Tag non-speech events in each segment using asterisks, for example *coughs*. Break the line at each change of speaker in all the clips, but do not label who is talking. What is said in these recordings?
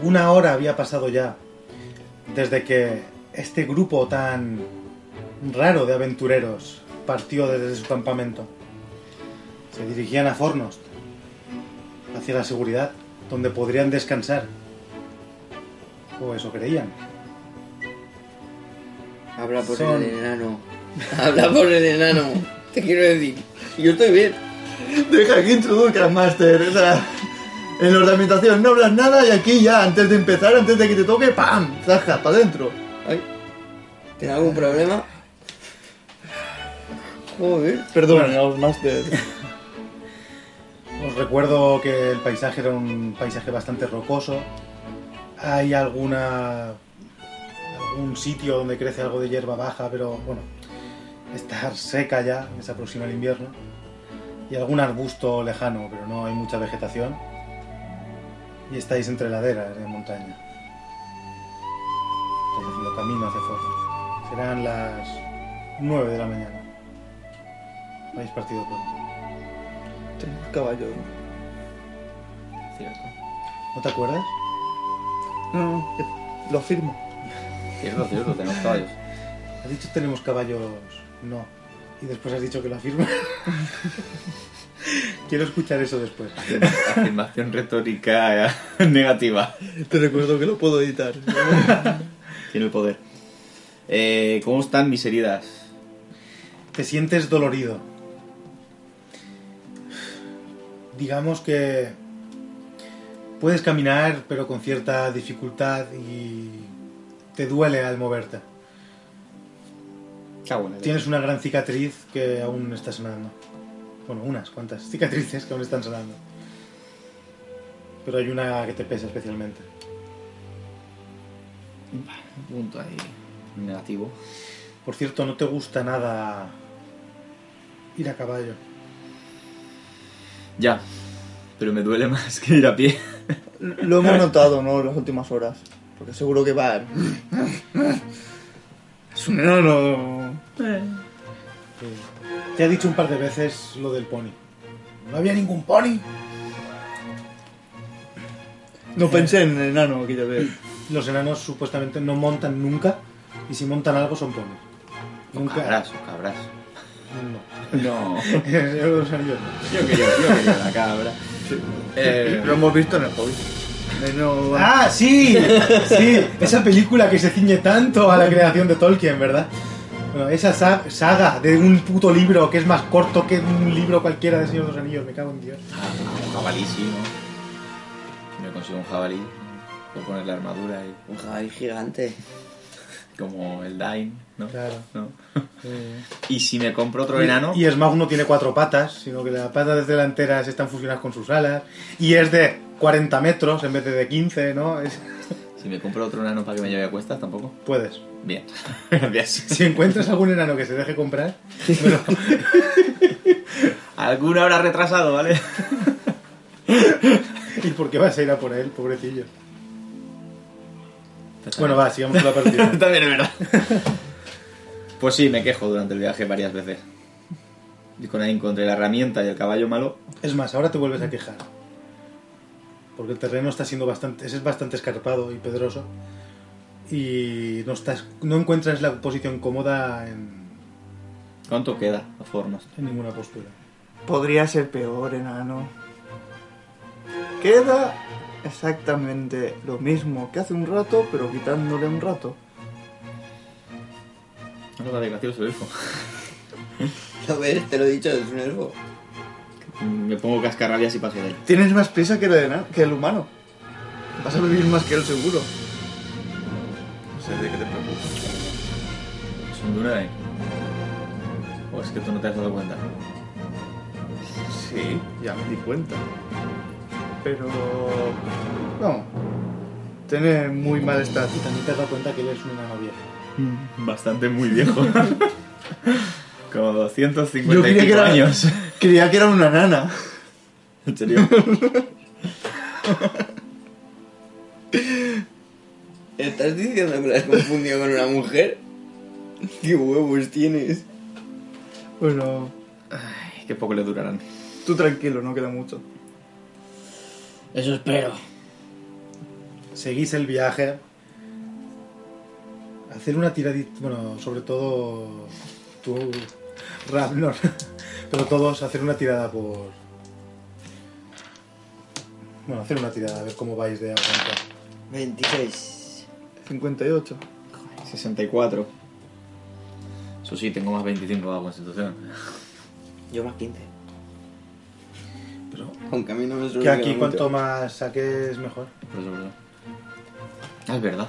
Una hora había pasado ya desde que este grupo tan raro de aventureros partió desde su campamento. Se dirigían a Fornost, hacia la seguridad, donde podrían descansar. O eso creían.
Habla por
Son-
el enano. *laughs* Habla por el enano. Te quiero decir. Yo estoy bien.
Deja que introduzcas, Master. O sea, en la ornamentación no hablas nada y aquí ya, antes de empezar, antes de que te toque, ¡pam! ¡Zaja! ¡Para adentro!
Ay. ¿Tienes algún problema? Joder.
Perdónanos, Master.
Os recuerdo que el paisaje era un paisaje bastante rocoso. Hay alguna algún sitio donde crece algo de hierba baja, pero bueno, está seca ya, se aproxima el invierno. Y algún arbusto lejano, pero no hay mucha vegetación. Y estáis entre laderas de montaña. Estáis haciendo camino hacia Forno. Serán las 9 de la mañana. Habéis partido pronto.
Tenemos caballo.
¿No te acuerdas?
No, no, lo firmo.
Cierto, cierto, tenemos caballos.
Has dicho tenemos caballos. No. Y después has dicho que lo afirma. Quiero escuchar eso después.
*laughs* Afirmación retórica eh, *laughs* negativa.
Te recuerdo que lo puedo editar.
Tiene el poder. Eh, ¿Cómo están mis heridas?
Te sientes dolorido. Digamos que puedes caminar, pero con cierta dificultad y te duele al moverte.
Cago en la leche.
Tienes una gran cicatriz que aún está sanando. Bueno, unas cuantas cicatrices que aún están sanando. Pero hay una que te pesa especialmente.
Un punto ahí negativo.
Por cierto, no te gusta nada ir a caballo.
Ya, pero me duele más que ir a pie.
Lo hemos notado, ¿no? Las últimas horas. Porque seguro que va. Es un enano.
Te ha dicho un par de veces lo del pony. No había ningún pony.
No pensé en el enano aquella vez.
Los enanos supuestamente no montan nunca y si montan algo son ponies.
Un
Nunca.
cabras, o cabras.
No. *laughs*
No.
Los enanos no.
*laughs* Yo que yo, yo que yo, la cabra. *laughs* Eh,
Lo hemos visto en el hobbit. Enano-
Ah, sí. Sí. Esa película que se ciñe tanto a la creación de Tolkien, ¿verdad? Bueno, esa sa- saga de un puto libro que es más corto que un libro cualquiera de Señor de los Anillos, me cago en Dios.
ah, un jabalí, sí, ¿no? Me consigo un jabalí. Puedo poner la armadura y.
Un jabalí gigante. *laughs*
Como el Dain, ¿no?
Claro.
¿No?
Eh,
Y si me compro otro
Y-
enano.
Y Smaug no tiene cuatro patas, sino que las patas delanteras están fusionadas con sus alas. Y es de 40 metros en vez de de 15, ¿no? Es-
Si me compro otro enano para que me lleve a cuestas, tampoco.
Puedes.
Bien. *laughs* Gracias.
Si encuentras algún enano que se deje comprar, *laughs* bueno,
Alguno habrá retrasado, ¿vale?
¿y por qué vas a ir a por él, pobrecillo?
*laughs*
Bueno, va, sigamos con la partida.
También es verdad. Pues sí, me quejo durante el viaje varias veces. Y con ahí encontré la herramienta y el caballo malo.
Es más, ahora te vuelves a quejar. Porque el terreno está siendo bastante, es bastante escarpado y pedroso. Y no, estás, no encuentras la posición cómoda en,
¿Cuánto queda a formas?
en ninguna postura.
Podría ser peor, enano. Queda exactamente lo mismo que hace un rato, pero quitándole un rato.
No lo de gatillo el elfo.
Lo ves, te lo he dicho, es un elfo.
Mm, Me pongo cascarrabias y paso de él.
Tienes más prisa que el, ena- que el humano. Vas a vivir más que él seguro.
No sé de qué te preocupas. Es un duna, ¿eh? O Oh, es que tú no te has dado cuenta.
Sí, ya me di cuenta. Pero... No. Tiene muy mal estado.
Y también te has dado cuenta que eres un enano viejo.
Mm. Bastante muy viejo. *laughs* Como 250
Yo creía
y
que
pico
era- *laughs*
años.
Creía que era una nana.
¿En serio?
¿Estás diciendo que la has confundido con una mujer? *laughs* ¿Qué huevos tienes?
Bueno,
Qué poco le durarán.
tú tranquilo, no queda mucho.
Eso espero.
seguís el viaje. Hacer una tiradita, bueno, sobre todo tú, Ramnor, *laughs* pero todos hacer una tirada por... Bueno, hacer una tirada, a ver cómo vais de aguantar.
26.
58.
64.
Eso sí, tengo más 25 a la constitución.
Yo más 15.
Pero
Aunque a mí no me suele
que aquí
quedar
cuanto
mucho.
más saques, mejor.
Por eso, por eso. Ah, es verdad.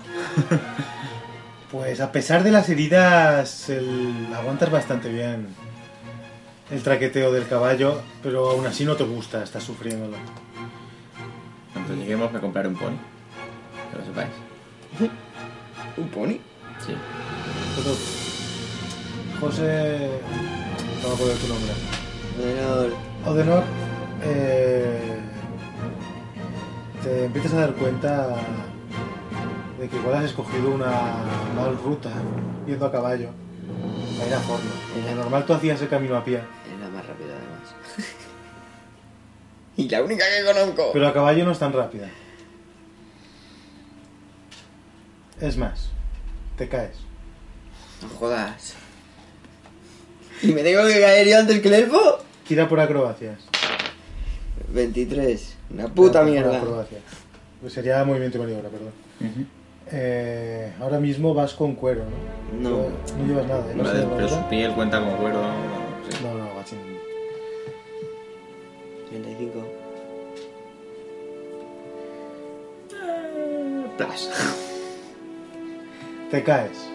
Pues a pesar de las heridas, el- aguantas bastante bien el traqueteo del caballo, pero aún así no te gusta, estás sufriéndolo.
Cuando lleguemos me compraré un pony. Que lo sepáis.
¿Un pony?
Sí.
Pero- José... No me acuerdo de tu nombre.
Ordenador.
Odenor, eh, te empiezas a dar cuenta de que igual has escogido una mal ruta yendo a caballo. Para ir a forma. Lo normal tú hacías el camino a pie.
Es la más rápida además. *laughs* y la única que conozco.
Pero a caballo no es tan rápida. Es más, te caes.
No jodas. ¿Y me tengo que caer yo antes que el elfo?
Tira por acrobacias.
23. Una puta
Tira por
mierda.
acrobacias. Pues sería movimiento y maniobra, perdón. Eh, ahora mismo vas con cuero, ¿no?
No.
No llevas nada. ¿eh? ¿Vas a
Vale,
llevar
pero
nada?
su piel cuenta como cuero. sí.
No, no, guachín.
25.
Plas.
Te caes.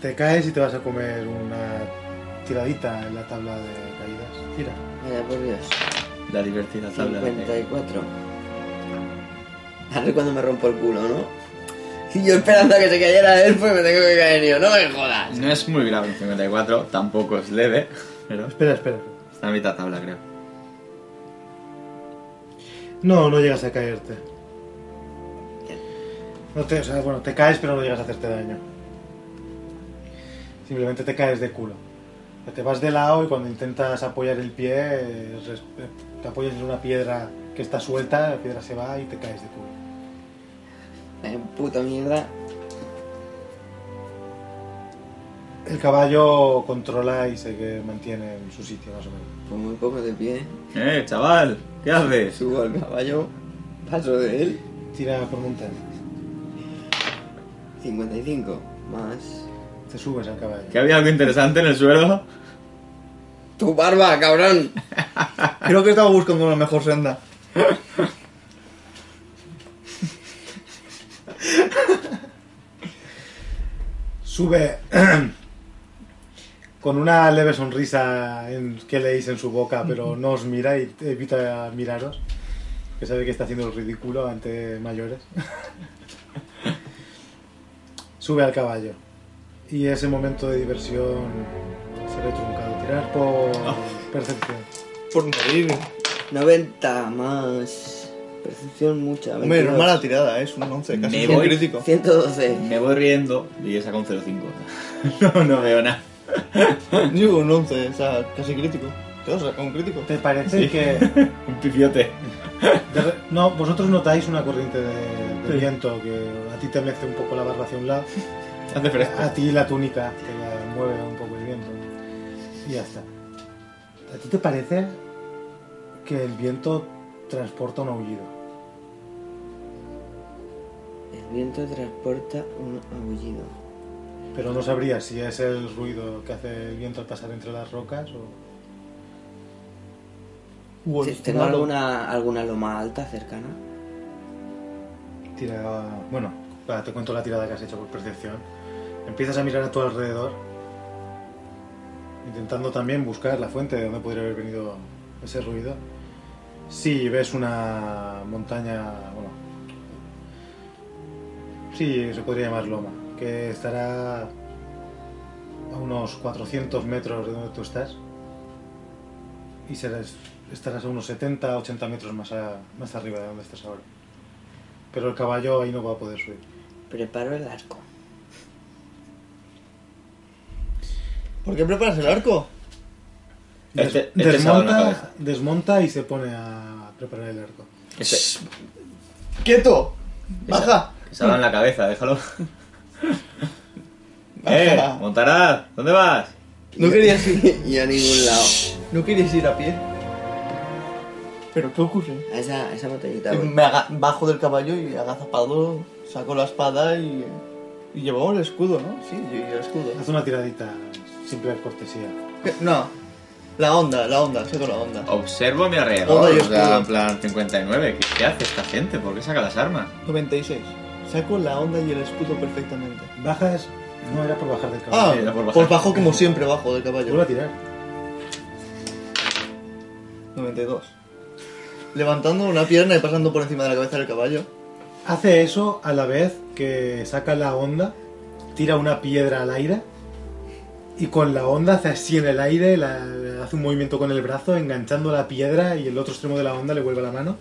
Te caes y te vas a comer una tiradita en la tabla de caídas. Tira.
Vaya por Dios.
La divertida tabla de
54. Ahora es cuando me rompo el culo, ¿no? Y yo esperando a que se cayera el elfo y me tengo que caer yo. No me jodas.
No es muy grave en 54, tampoco es leve, pero
Espera, espera.
está a mitad tabla, creo.
No, no llegas a caerte. No te, o sea, bueno, te caes pero no llegas a hacerte daño. Simplemente te caes de culo. O sea, Te vas de lado y cuando intentas apoyar el pie, eh, res- eh, te apoyas en una piedra que está suelta, la piedra se va y te caes de culo.
Vaya puta mierda.
El caballo controla y se que mantiene en su sitio más o menos.
Pues muy poco de pie.
¡Eh, chaval! ¿Qué haces?
Subo al caballo. Paso de él.
Tira por montaña.
55. Más.
Te subes al caballo.
¿Que había algo interesante en el suelo?
Tu barba, cabrón.
Creo que estaba buscando una mejor senda.
Sube *clears throat* con una leve sonrisa en- que leéis en su boca, pero no os mira y evita miraros. Que sabe que está haciendo el ridículo ante mayores. *laughs* Sube al caballo. Y ese momento de diversión se ve truncado. Tirar por percepción.
Por morir.
90 más. Percepción mucha.
Hombre, no es
22.
mala tirada, ¿eh? es un 11, casi
Me
es un
voy.
crítico.
Eh.
112.
Me voy riendo y esa con 0,5. *laughs* No, no veo nada.
*laughs* Digo, un 11, o sea, casi crítico. ¿Te vas a sacar un crítico?
¿Te parece que
Un pifiote.
De re- No, vosotros notáis una corriente de, de viento que a ti te mece un poco la barba hacia un lado,
Hace fresco.
a ti la túnica te la mueve un poco el viento. Y ya está. ¿A ti te parece que el viento transporta un aullido?
El viento transporta un aullido.
Pero no sabrías si es el ruido que hace el viento al pasar entre las rocas o...
Wolf,
Sí, ¿Tengo
malo.
alguna, alguna loma alta cercana?
Tira... Bueno, va, te cuento la tirada que has hecho por percepción. Empiezas a mirar a tu alrededor, intentando también buscar la fuente de donde podría haber venido ese ruido. Sí, ves una montaña, bueno, sí, se podría llamar loma, que estará a unos 400 metros de donde tú estás y serás- estarás a unos 70, 80 metros más, a- más arriba de donde estás ahora. Pero el caballo ahí no va a poder subir.
Preparo el arco.
¿Por qué preparas el arco?
Des-
Este- este sábado en la
desmonta,
cabeza.
desmonta y se pone a preparar el arco.
Este-
¡Quieto! Baja.
Que se ha dado en la cabeza,
*laughs*
déjalo.
Baja.
¡Eh! ¡Montaraz! ¿Dónde vas?
No querías *laughs* ir a ningún lado.
No quieres ir a pie. ¿Pero qué ocurre?
A esa, a esa batallita.
Eh,
güey.
Me aga- bajo del caballo y agazapado saco la espada y, y llevamos el escudo, ¿no? Sí, y el escudo.
Haz una tiradita simple de cortesía.
¿Qué? No, la onda, la onda, saco la onda.
Observo a mi
Hola,
alrededor.
yo
O sea,
estoy-
en plan 59. ¿Qué, qué hace esta gente? ¿Por qué saca las armas?
96. Saco la onda y el escudo perfectamente.
Bajas, no era por bajar del caballo.
Ah,
era por bajar.
pues bajo como siempre, bajo del
Vuelve
caballo.
a tirar.
92. Levantando una pierna y pasando por encima de la cabeza del caballo.
Hace eso a la vez que saca la onda, tira una piedra al aire y con la onda hace así en el aire, la- hace un movimiento con el brazo enganchando la piedra y el otro extremo de la onda le vuelve la mano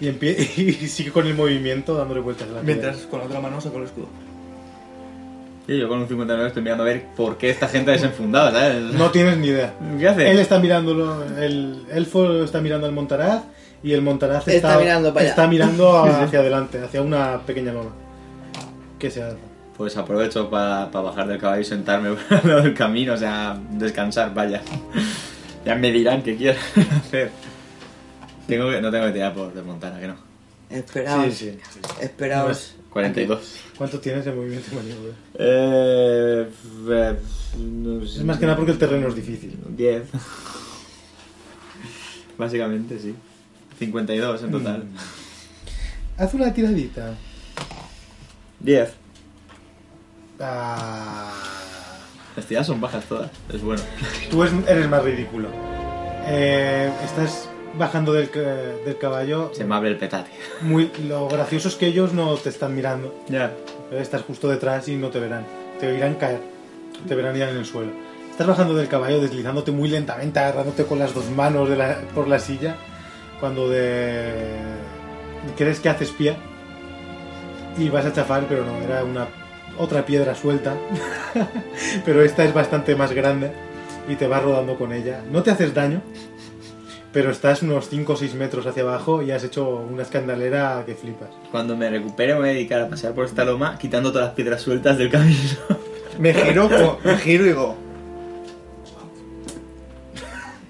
y, empie- *laughs* y sigue con el movimiento dándole vueltas a la
Mientras con la otra mano saco el escudo.
Y yo con un 59 estoy mirando a ver por qué esta gente ha desenfundado, ¿sabes?
piedra. No tienes ni idea.
¿Qué hace?
Él está mirándolo, el elfo está mirando al Montaraz y el Montaraz
Está
está,
mirando para allá.
está *laughs* mirando hacia adelante, hacia una pequeña loma que se alza.
Pues aprovecho para bajar del caballo y sentarme *laughs* al lado del camino, o sea, descansar, vaya. Ya me dirán qué quiero *laughs* hacer. Tengo que- no tengo que tirar por desmontana, que no.
Esperaos.
Sí, sí.
Esperaos.
42.
¿Cuánto tienes de movimiento y maniobra?
Eh, eh, no sé.
Es más que nada porque el terreno es difícil.
10. Básicamente, sí. 52 en total.
Mm. Haz una tiradita.
10.
Ah,
Las tiradas son bajas todas, es bueno.
Tú es- eres más ridículo. Eh, estás bajando del, ca- del caballo.
Se me abre el petate.
Muy, lo gracioso es que ellos no te están mirando.
Ya.
Estás justo detrás y no te verán. Te oirán caer. Te verán ir en el suelo. Estás bajando del caballo, deslizándote muy lentamente, agarrándote con las dos manos de la- por la silla. Cuando de... crees que haces pie y vas a chafar, pero no, era una otra piedra suelta. *laughs* pero esta es bastante más grande y te vas rodando con ella. No te haces daño, pero estás unos 5 o 6 metros hacia abajo y has hecho una escandalera que flipas.
Cuando me recupere me voy a dedicar a pasear por esta loma quitando todas las piedras sueltas del camino. *laughs*
Me giro, co- me giro y digo,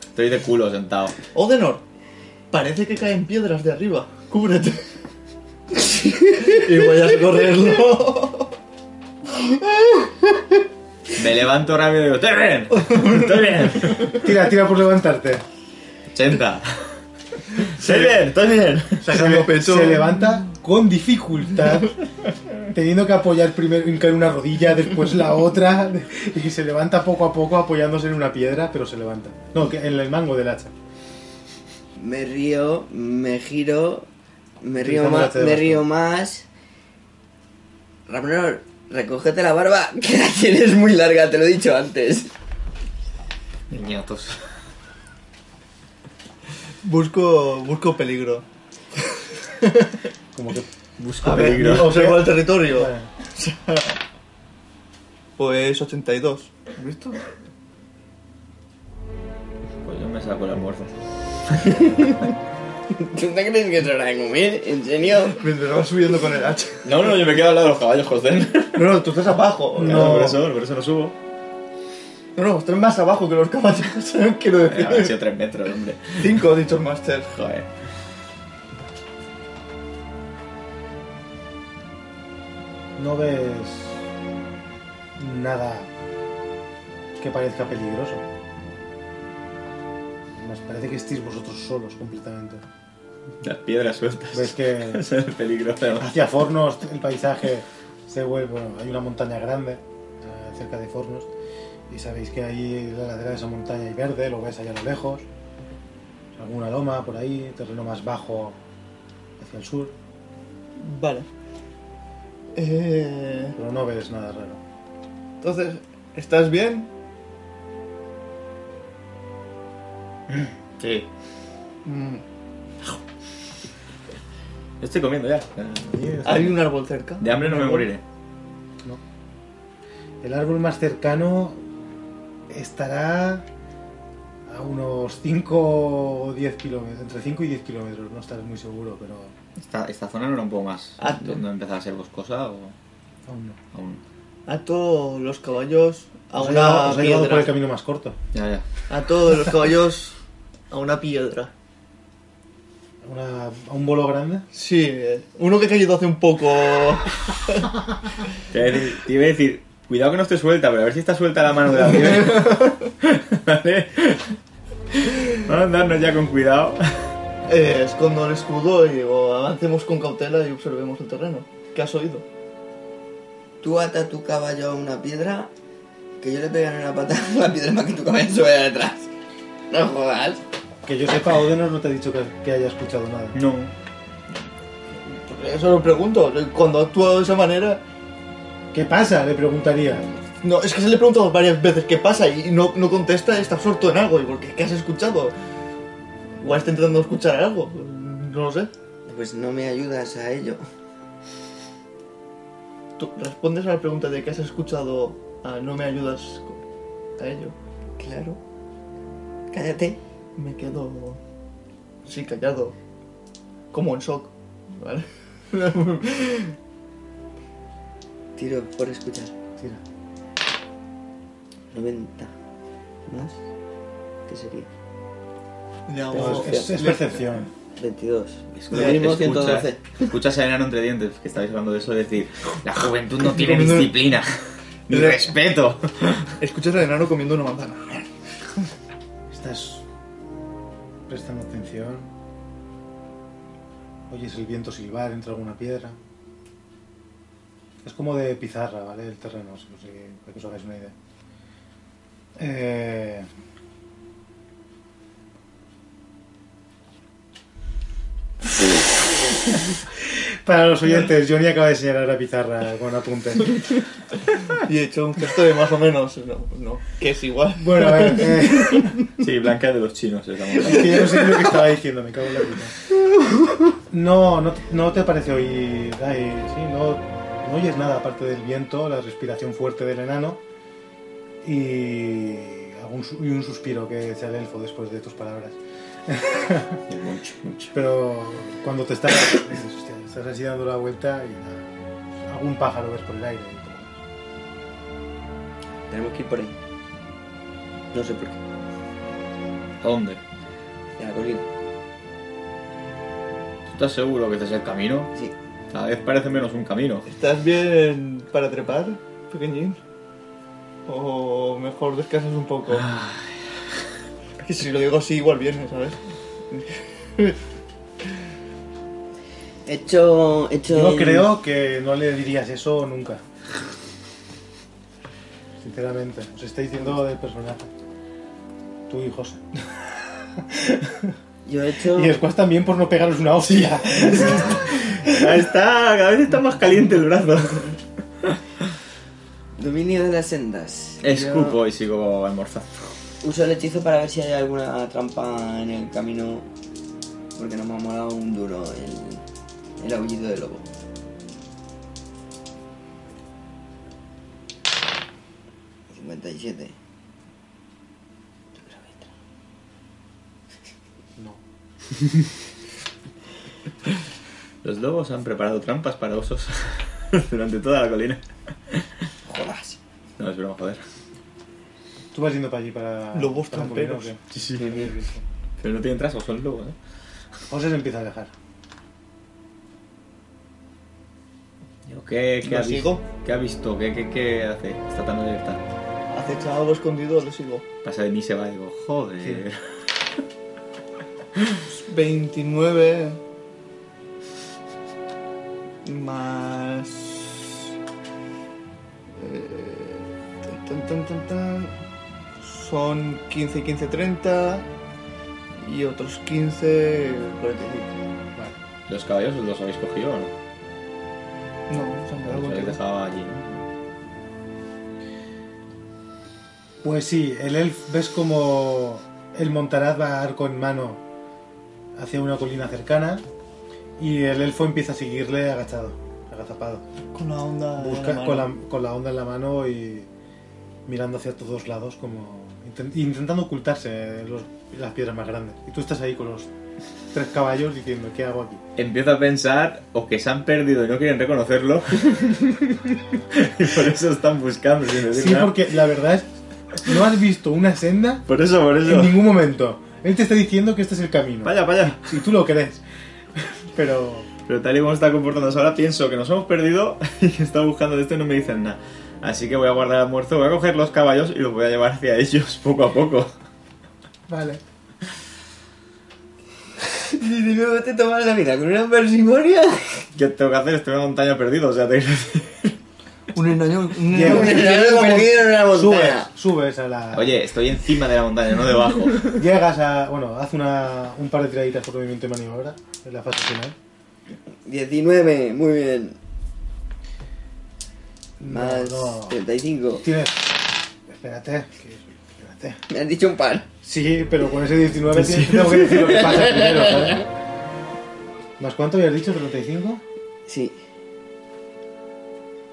Estoy de culo sentado.
Odenor, parece que caen piedras de arriba. Cúbrete. *laughs* y voy a socorrerlo.
Me levanto rápido y digo, ¡Estoy bien! ¡Estoy bien!
Tira, tira por levantarte.
80. *laughs* ¡Estoy bien! ¡Estoy bien!
Se-
Sacando pecho.
Se levanta con
*laughs*
dificultad, teniendo que apoyar primero hincar una rodilla, después la otra, y se levanta poco a poco apoyándose en una piedra, pero se levanta. No, que en el mango del hacha.
Me río, me giro, me río
Utilizando la
más,
T de
me
bastón.
río más. Ramón, recógete la barba, *laughs* que la tienes muy larga, te lo he dicho antes.
Niñatos.
Busco, busco peligro.
Como que...
Busco
A ver,
peligro.
observo
*laughs*
el territorio.
Vale.
Pues 82. ¿Has visto?
Pues yo me saco el almuerzo.
¿Tú te crees que es hora de comer? ¿En serio?
Mientras vas subiendo con el hacha.
No, no, yo me quedo al lado de los caballos, José.
No, no, tú estás abajo. Eh,
No.
Por eso, por eso *laughs* no subo.
No, no, estoy más abajo que los *laughs* caballos. Quiero
Eh, Habrá
decir.
sido 3 metros, hombre.
5 dichos master.
Joder.
No ves nada que parezca peligroso. Más parece que estéis vosotros solos completamente.
Las piedras sueltas.
Ves que
Ese es el peligro, además.
hacia Fornos el paisaje se vuelve, bueno, hay una montaña grande eh, cerca de Fornos y sabéis que ahí la ladera de esa montaña hay verde, lo ves allá a lo lejos, alguna loma por ahí, terreno más bajo hacia el sur,
Vale. Eh,
pero no ves nada raro.
entonces, ¿estás bien?
Sí.
Mm,
Estoy comiendo ya.
¿Hay un árbol cerca?
De hambre no me moriré.
El árbol más cercano estará a unos 5 o 10 kilómetros, entre 5 y 10 kilómetros, no estaré muy seguro, pero
Esta, esta zona no era un poco más.
Alto.
¿No empezaba a ser boscosa o
aún no.
aún?
A todos los caballos a
Os he llevado-
una
os he llevado por el
piedra.
camino más corto,
Ya, ya.
A todos los caballos a una piedra.
a, una- a un bolo grande.
Sí, eh, uno que ha caído hace un poco.
Te iba a decir- te iba a decir, cuidado que no esté suelta, pero a ver si está suelta la mano de *laughs* la piedra. *laughs* vale. Vamos a andarnos ya con cuidado.
Eh, escondo el escudo y digo, avancemos con cautela y observemos el terreno. ¿Qué has oído?
Tú atas tu caballo a una piedra, que yo le pegaré una patada a la piedra para que tu caballo se vaya detrás. No jodas.
Que yo sepa, Odenos no te ha dicho que, que haya escuchado nada.
No.
Eso lo pregunto. Cuando actúa de esa manera,
¿Qué pasa? Le preguntaría.
No, es que se le he preguntado varias veces qué pasa y no, no contesta, está absorto en algo. Y porque, ¿qué has escuchado? Igual está intentando escuchar algo. No lo sé.
Pues no me ayudas a ello.
Tú respondes a la pregunta de qué has escuchado a no me ayudas a ello.
Claro. Cállate.
Me quedo. Sí, callado. Como en shock.
*laughs*
¿Vale?
Tiro por escuchar.
Tira.
90. ¿Más? ¿Qué sería?
Le hago.
No, es, es- es percepción.
22.
Escucha-
Mínimo
escuchas,
112.
escuchas a Enano entre dientes, que estáis hablando de eso, decir, la juventud *laughs* no tiene
Comiendo-
disciplina. Ni
Le-
respeto.
Escuchas al enano comiendo una manzana.
Estás prestando atención. Oyes el viento silbar entre alguna piedra. Es como de pizarra, ¿vale? El terreno, si si- para que os hagáis una idea. Eh, *laughs* Para los oyentes, Johnny acaba de señalar la pizarra con apunte.
Y he hecho un gesto de más o menos. No, no. Que es igual.
Bueno, a ver, eh,
Sí, Blanca de los chinos estamos
Es que yo no sé lo que estaba diciendo, me cago en la puta. No, no, no te parece oír. ay, sí, no, no oyes nada aparte del viento, la respiración fuerte del enano y, algún, su- y un suspiro que echa el elfo después de tus palabras.
Mucho, mucho.
Pero cuando te estás, dices, "Hostia, estás así dando la vuelta y nada, algún pájaro ves por el aire. y poco más.
Tenemos que ir por ahí. No sé por qué.
¿A dónde?
Ya, la colina.
¿Tú estás seguro que este es el camino?
Sí.
Cada vez parece menos un camino.
¿Estás bien para trepar, pequeñín? O mejor descansas un poco. Es que si lo digo así, igual viene, ¿sabes?
Hecho. hecho
Yo
en-
creo que no le dirías eso nunca. Sinceramente, os estáis diciendo de personaje. Tú y José.
Yo he hecho.
Y después también por no pegaros una hostia.
Está, cada vez está más caliente el brazo.
Dominio de las sendas.
Escupo y sigo almorzando.
Yo uso el hechizo para ver si hay alguna trampa en el camino. Porque no me ha molado un duro el, el aullido del lobo. ...57...
*laughs* No.
Los lobos han preparado trampas para osos *laughs* durante toda la colina.
Jodas. *laughs*
No, es broma, joder.
Tú vas yendo para allí para.
Lobos
para
tramperos.
morir,
Sí, sí. Pero no tienen trazos, son lobos, ¿eh?
¿o qué? José se empieza a alejar.
Yo, ¿Qué, qué,
¿Lo
ha vis-
sigo?
¿Qué ha visto? ¿Qué, qué, qué hace? Está tan alerta.
Acechado algo escondido, le sigo.
Pasa de mí y se va y digo, joder.
29 más. eh, tan, tan, tan, tan, Son 15, 15, 30 y otros 15, 45.
Vale.
¿Los caballos los habéis cogido o no?
No, se han quedado
Los habéis
contigo.
dejado allí, ¿no?
Pues sí, el elf ves como el montaraz va arco en mano hacia una colina cercana y el elfo empieza a seguirle agachado, agazapado.
Con la onda. de
Busca
mano.
con, la, con la onda en la mano y mirando hacia todos lados como inten- intentando ocultarse eh, los- las piedras más grandes. Y tú estás ahí con los tres caballos diciendo, ¿qué hago aquí?
Empiezo a pensar o que se han perdido y no
*laughs*
quieren reconocerlo. *laughs* y por eso están buscando. sin decir
Sí,
nada.
porque la verdad es, no has visto una senda
Por eso, por
en
eso.
ningún momento. Él te está diciendo que este es el camino.
Vaya, vaya.
Y tú lo crees. *laughs* Pero
Pero tal y como está comportándose ahora, pienso que nos hemos perdido *laughs* y que está buscando de esto y no me dicen nada. Así que voy a guardar el almuerzo, voy a coger los caballos y los voy a llevar hacia ellos *laughs* poco a poco.
Vale.
Y de nuevo te tomas la vida con una parsimonia.
¿Qué tengo que hacer? Estoy en una montaña perdido, o sea, te...
*laughs*
Un enano. Un
Llega.
enano-
Un enano perdido en una
Subes,
montaña.
subes a la...
Oye, estoy encima de la montaña, no debajo.
Llegas a... Bueno, haz una, un par de tiraditas por movimiento y maniobra en la fase final.
19, muy bien. Más
No, no.
35.
Tienes... Espérate. que- Espérate.
Me han dicho un par.
Sí, pero con ese 19 tienes- tengo que decir lo que
*laughs*
pasa primero, ¿sabes? ¿Más cuánto habías dicho? ¿35?
Sí.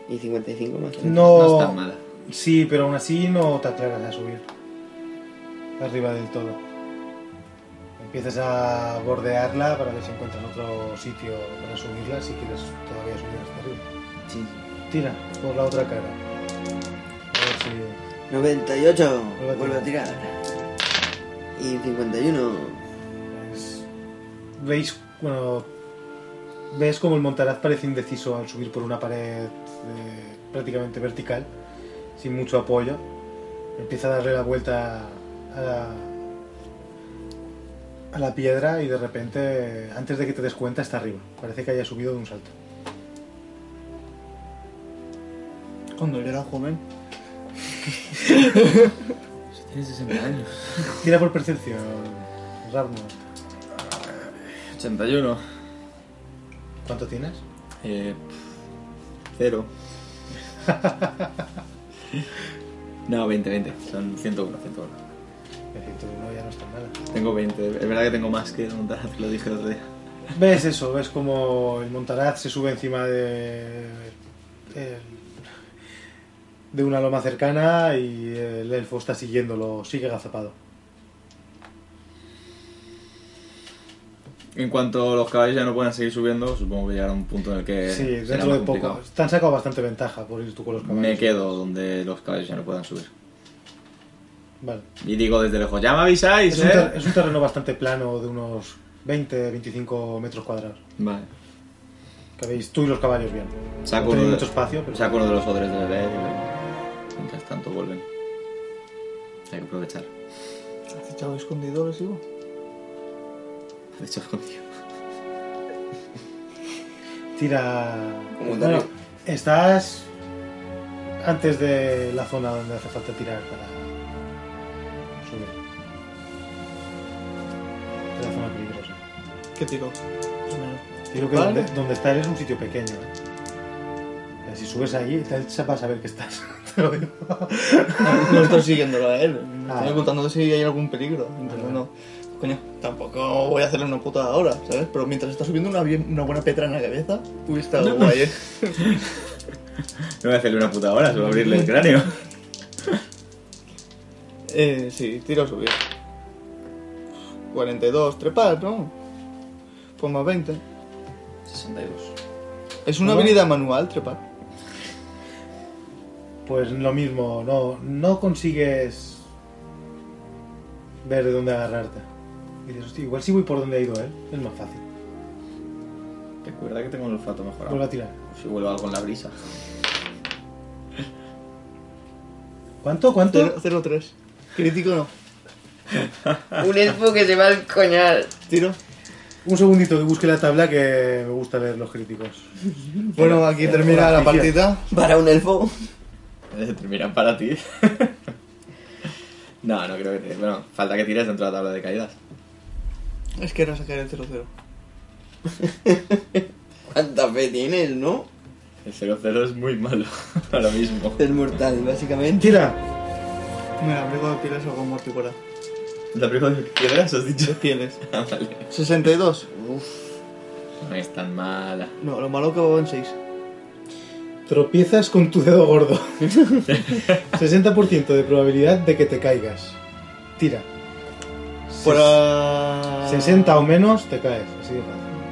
Y 55 más. treinta.
Oh.
No está
No...
mala.
Sí, pero aún así no te aclaras a subir. Arriba del todo. Empiezas a bordearla para ver si encuentras otro sitio para subirla si quieres todavía subir hasta arriba.
Sí.
Tira por la otra cara. A ver si.
98.
Vuelvo a
Vuelvo a tirar. Y
*laughs*
51.
es- Pues, Veis, bueno. Ves como el montaraz parece indeciso al subir por una pared eh, prácticamente vertical, sin mucho apoyo. Empieza a darle la vuelta a la, a la piedra y de repente, antes de que te des cuenta, está arriba. Parece que haya subido de un salto.
Cuando él era joven.
Tienes 60 años.
Tira por percepción, Ravno.
81.
¿Cuánto tienes?
Eh, cero. no, 20, 20. Son 101, 101.
El 101 ya no está mal.
Tengo 20. Es verdad que tengo más que el montaraz, lo dije el otro día.
Ves eso, ves como el montaraz se sube encima de, el- de una loma cercana y el elfo está siguiéndolo, sigue agazapado.
En cuanto los caballos ya no puedan seguir subiendo, supongo que llegará un punto en el que
sí,
Eh, será
dentro
más
de poco.
complicado.
Te han sacado bastante ventaja por ir tú con los caballos.
Me quedo donde los caballos ya no puedan subir.
Vale.
Y digo desde lejos, ya me avisáis,
Es, un
¿eh?
ter- es un terreno bastante plano de unos 20-25 metros cuadrados.
Vale.
Que veis tú y los caballos bien.
Saco
no
uno
tenéis
de-
mucho espacio, pero
Saco uno de los odres de bebé y mientras tanto vuelven. Hay que aprovechar.
¿Has echado escondido, lo sigo?
De hecho, contigo.
tira...
Como un
Bueno,
terreno.
estás antes de la zona donde hace falta tirar para subir. Es la zona peligrosa.
¿Qué tiro?
Digo que
Vale.
donde, donde estás es un sitio pequeño. ¿eh? Pero Si subes ahí, él se va a saber que estás. *laughs* Te lo digo.
No estoy siguiéndolo a él.
Ah.
Estoy preguntando si hay algún peligro. Entonces, no. Coño, tampoco voy a hacerle una puta ahora, ¿sabes? Pero mientras está subiendo una, bien- una buena petra en la cabeza, hubiera estado guay, ¿eh?
No voy a hacerle una puta hora, se va a abrirle el cráneo.
Eh, sí, tiro a subir. 42, trepar, ¿no? Pues más 20.
62.
Es una
¿Cómo?
habilidad manual, trepar.
Pues lo mismo, no, no consigues ver de dónde agarrarte. Y dices, "Hostia, igual si voy por donde ha ido él, es más fácil.
Recuerda que tengo el olfato
Vuelve a
mejorado.
tirar.
Si vuelvo algo en la brisa. *laughs*
¿Cuánto? ¿Cuánto?
0-3. Crítico no.
Un elfo que se va al coñal.
Tiro.
Un segundito que busque la tabla que me gusta leer los críticos.
Bueno, aquí termina la partida.
Para un elfo.
Eh, Terminan para ti. *laughs* no, no creo que te. Bueno, falta que tires dentro de la tabla de caídas.
Es que era sacar el 0-0.
¿Cuánta fe tienes, no?
El 0-0 es muy malo *laughs* ahora mismo.
Es mortal, básicamente.
Tira.
Me la abrigo de pieles o con mortífera.
La primera de piedras
*laughs*
has
De
dicho. *laughs*
pieles.
Ah, vale.
62.
No es tan mala.
No, lo malo acababa en 6.
Tropiezas con tu dedo gordo. 60% de probabilidad de que te caigas. Tira.
Por
Ses-
a...
60 o menos te caes, así de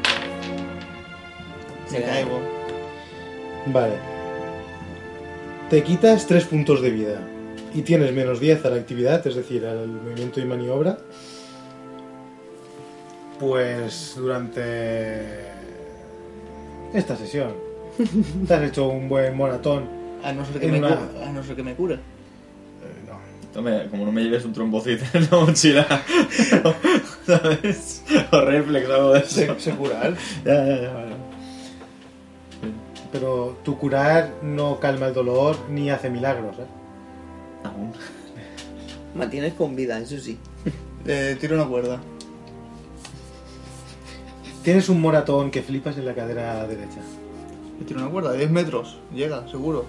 fácil.
Me caigo.
Vale. Te quitas 3 puntos de vida y tienes menos 10 a la actividad, es decir, al movimiento y maniobra. Pues durante esta sesión te has hecho un buen moratón.
A no ser que
En
me,
una-
cu- a no ser que me cure.
Eh, no.
Tome, como no me lleves un trombocito en la mochila, *laughs* ¿sabes? O reflex o algo de eso.
Se, se curar.
Ya, ya, ya, vale.
Pero tu curar no calma el dolor ni hace milagros, ¿eh?
Aún.
Mantienes con vida, eso sí.
Eh, tiro una cuerda.
Tienes un moratón que flipas en la cadera derecha.
Le tiro una cuerda. 10 metros. Llega, seguro.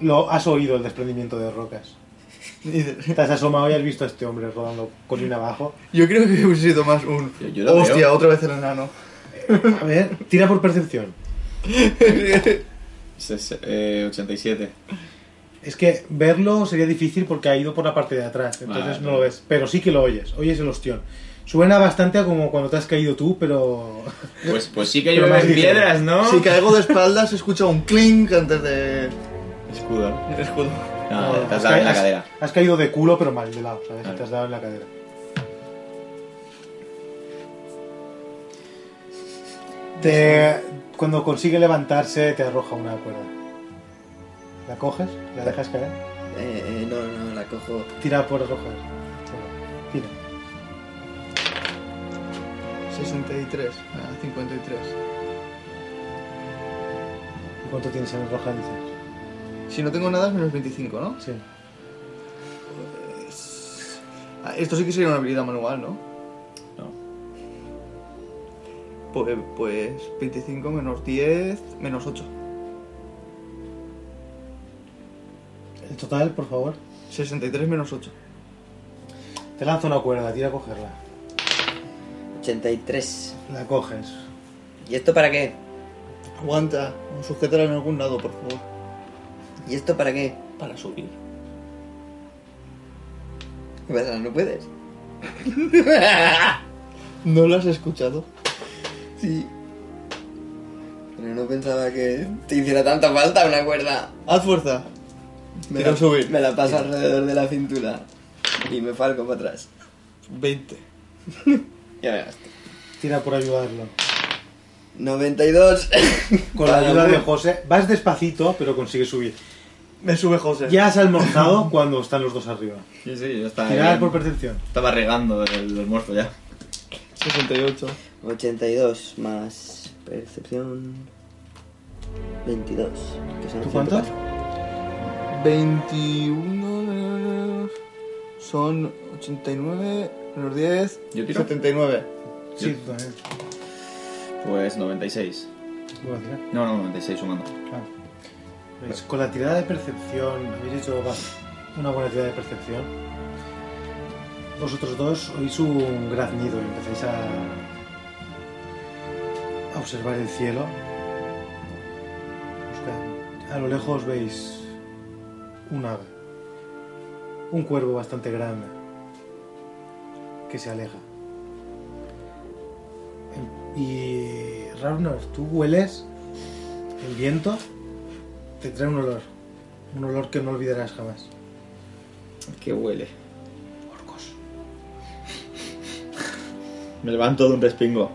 Lo has oído el desprendimiento de rocas.
Y dice-
Te has asomado y has visto a este hombre rodando colina abajo.
*laughs* Yo creo que hubiese sido más un...
Yo- yo lo
Hostia,
veo.
otra vez el enano.
A ver, tira por percepción.
Ses- eh, 87.
Es que verlo sería difícil porque ha ido por la parte de atrás, entonces
Vale.
no lo ves. Pero sí que lo oyes, oyes el ostión. Suena bastante a como cuando te has caído tú, pero...
Pues, pues sí que
Pero
llueven
más ligero.
piedras, ¿no?
Si caigo de espaldas, se escucha un clink antes de...
Escudo. ¿no?
El escudo.
No,
no,
Ah, te has dado en la
has-
cadera.
Has caído de culo, pero mal, de lado, ¿sabes?
Vale.
Te has dado en la cadera. Te- cuando consigue levantarse, te arroja una cuerda. ¿La coges? ¿La dejas caer?
Eh, eh, no, no, la cojo.
Tira por arrojar. Tira.
63. Ah, 53.
¿Y cuánto tienes en arrojar? Dices.
Si no tengo nada es menos 25, ¿no?
Sí.
Ah, Esto sí que sería una habilidad manual, ¿no?
No.
Pues, pues 25 menos 10 menos 8.
El total, por favor.
63 menos 8.
Te lanzo una cuerda, tira a cogerla.
83.
La coges.
¿Y esto para qué?
Aguanta, sujétala en algún lado, por favor.
¿Y esto para qué?
Para subir.
¿Qué pasa? ¿No puedes?
¿No lo has escuchado?
Sí. Pero no pensaba que te hiciera tanta falta una cuerda.
Haz fuerza.
Me
Quiero
la,
subir.
Me la paso alrededor de la cintura y me falco para atrás.
20.
Ya verás.
Tira por ayudarlo.
92.
Con la
*laughs*
ayuda de José, vas despacito, pero consigues subir.
Me sube José.
Ya has almorzado cuando están los dos arriba.
Sí, sí, ya está.
Tirar
bien.
por percepción.
Estaba regando el almuerzo ya.
68.
82 más percepción. 22. que son
¿Tú cuánto?
104.
21 menos- son 89 menos 10.
Yo tiro.
79.
Sí, tú también.
Pues 96.
Vuelvo a tirar.
No, no, 96 sumando.
Ah. Pues con la tirada de percepción, habéis hecho bas- una buena tirada de percepción. Vosotros dos oís un graznido y empezáis a, a observar el cielo. Busca- A lo lejos veis un ave, un cuervo bastante grande que se aleja. Y Ragnar, tú hueles el viento te trae un olor. Un olor que no olvidarás jamás.
¿Qué huele?
Orcos.
Me levanto de un respingo.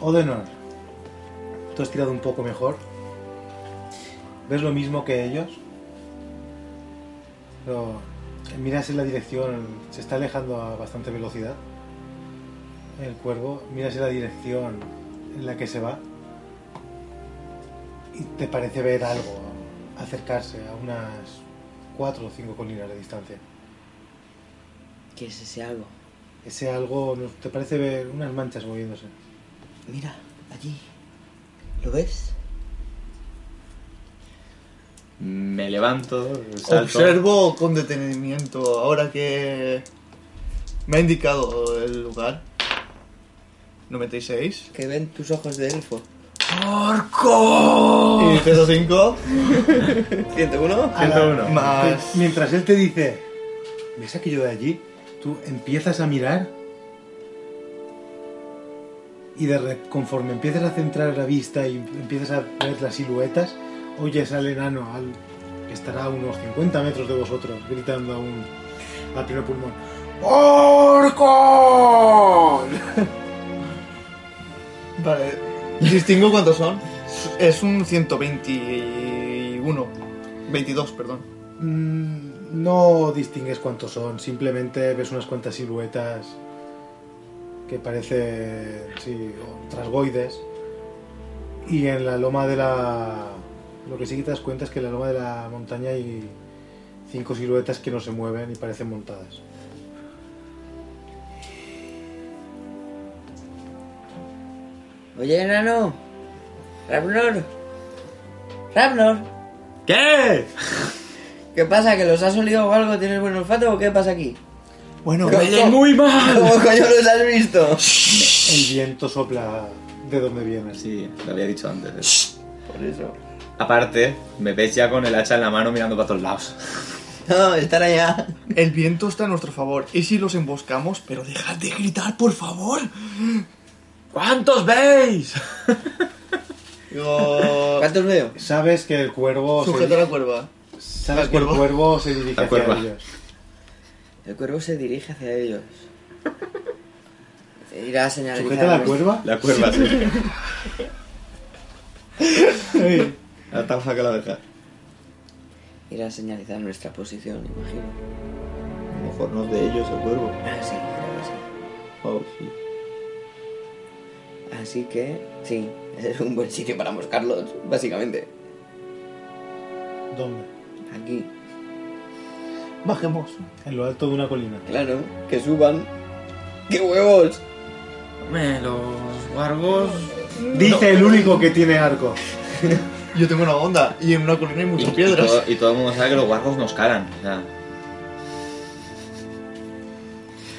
Odenor. Tú has tirado un poco mejor. ¿Ves lo mismo que ellos? Pero miras en la dirección, se está alejando a bastante velocidad. El cuervo, miras en la dirección en la que se va y te parece ver algo acercarse a unas cuatro o cinco colinas de distancia.
¿Qué es ese algo?
Ese algo, ¿no ¿te parece ver unas manchas moviéndose?
Mira, allí. ¿Lo ves?
Me levanto, salto.
Observo con detenimiento ahora que me ha indicado el lugar. 96.
Que ven tus ojos de elfo.
¡Orco!
Oh.
Y
*laughs*
105
101.
A la-
101.
más.
Mientras él te dice, ¿ves aquello de allí? Tú empiezas a mirar y de re- conforme empiezas a centrar la vista y empiezas a ver las siluetas, oyes al enano, al, que estará a unos 50 metros de vosotros, gritando a un, al pleno pulmón. ¡Orco!
*laughs* Vale. Distingo cuántos son. Es un 121. 22, perdón.
Mm, No distingues cuántos son, simplemente ves unas cuantas siluetas que parecen, sí, o trasgoides. Y en la loma de la... Lo que sí que te das cuenta es que en la loma de la montaña hay cinco siluetas que no se mueven y parecen montadas.
Oye, enano. Ravnor. Ravnor.
¿Qué?
*laughs* ¿Qué pasa? ¿Que los has olido o algo? ¿Tienes buen olfato o qué pasa aquí? *laughs*
Bueno,
¿Cómo- cómo-
muy mal!
¿Cómo coño los has visto?
El viento sopla de donde vienes.
Sí, lo había dicho antes.
Por eso.
Aparte, me ves ya con el hacha en la mano mirando para todos lados. *laughs*
No, estar allá.
el viento está a nuestro favor. ¿Y si los emboscamos? Pero dejad de gritar, por favor.
¿Cuántos veis?
Digo.
¿Cuántos veo?
Sabes que el cuervo... se-
Sujeta la cuerva.
Sabes
al
que el
cuervo.
cuervo se dirige
Al
hacia
cuervo.
ellos.
El cuervo se dirige hacia
*laughs*
ellos. Se irá a señalizar.
Sujeta la cuerva.
La cuerva,
*laughs*
sí.
Ey,
La taufa que la deja.
Irá a señalizar nuestra posición, imagino.
A lo mejor no es de ellos el cuervo.
Ah, sí, creo que sí.
Oh, sí.
Así que, sí, es un buen sitio para buscarlos, básicamente.
¿Dónde?
Aquí,
Bajemos.
En lo alto de una colina.
claro, que suban. ¡Qué huevos!
Hombre, los guargos.
Dice el único que tiene arco.
Yo tengo una onda y en una colina hay
Y,
muchas
y todo, *laughs*
piedras.
y todo el mundo sabe que los guargos nos calan. O sea.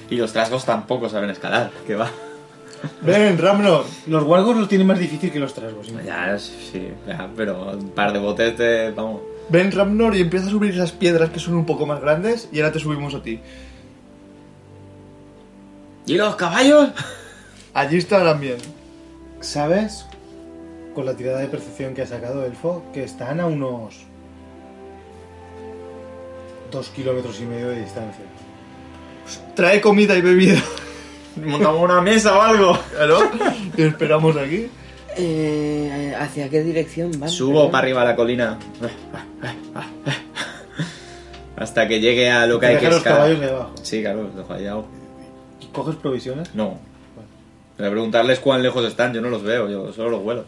Y los trasgos tampoco saben escalar, que va.
Ven, Ramnor.
Los guargos los tienen más difícil que los ¿eh? trasgos. ¿sí?
Ya, sí, ya, pero un par de botes te. Vamos.
Ven, Ramnor, y empieza a subir esas piedras que son un poco más grandes. Y ahora te subimos a ti.
¿Y los caballos?
Allí estarán bien.
¿Sabes? Con la tirada de percepción que ha sacado Elfo, que están a unos dos kilómetros y medio de distancia.
Trae comida y bebida.
Montamos una mesa o algo.
Claro. *laughs* Te esperamos aquí.
Eh, ¿Hacia qué dirección van?
Subo para arriba a la colina. Hasta que llegue a lo que
Te
hay
deja
que
los caballos
escalar.
ahí abajo.
Sí, claro, los dejo ahí abajo.
¿Y ¿Coges provisiones?
No. Voy a preguntarles cuán lejos están, yo no los veo, yo solo los vuelo.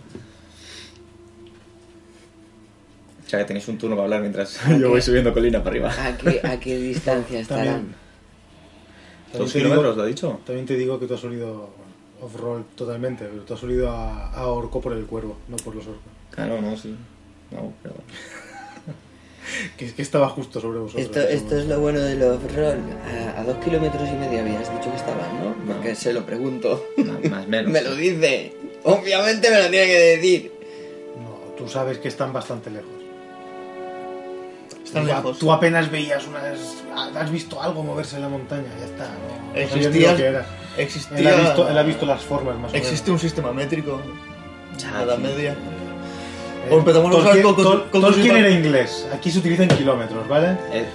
O sea que tenéis un turno para hablar mientras *laughs* yo voy subiendo colina para arriba.
¿A qué, a
*laughs*
qué
También.
distancia estarán?
¿Dos
te digo-
kilómetros, lo he dicho?
también te digo que tú has olido off-roll totalmente, pero tú has olido a, a orco por el cuervo, no por los orcos.
Claro, no, sí. No, pero...
Que es que estaba justo sobre vosotros.
Esto, esto es lo bueno del off-roll. A, a dos kilómetros y medio habías dicho que estaban, ¿no?
No.
Porque se lo pregunto.
Más, más menos.
me lo dice. Obviamente me lo tiene que decir.
No, tú sabes que están bastante lejos.
Están
Tú a-
lejos.
Tú apenas veías unas. Has visto algo moverse en la montaña, ya está. No, no sabía ni
Existía-
lo que era.
Existía...
Él ha, visto, él ha visto las formas más o menos.
Existe un sistema métrico.
Ah,
A la
sí.
media.
Eh,
o empezamos a usar
Tolkien-
con- con-
Tol-
con-
Tolkien
con-
era inglés. Aquí se utilizan kilómetros, ¿vale?
Eh,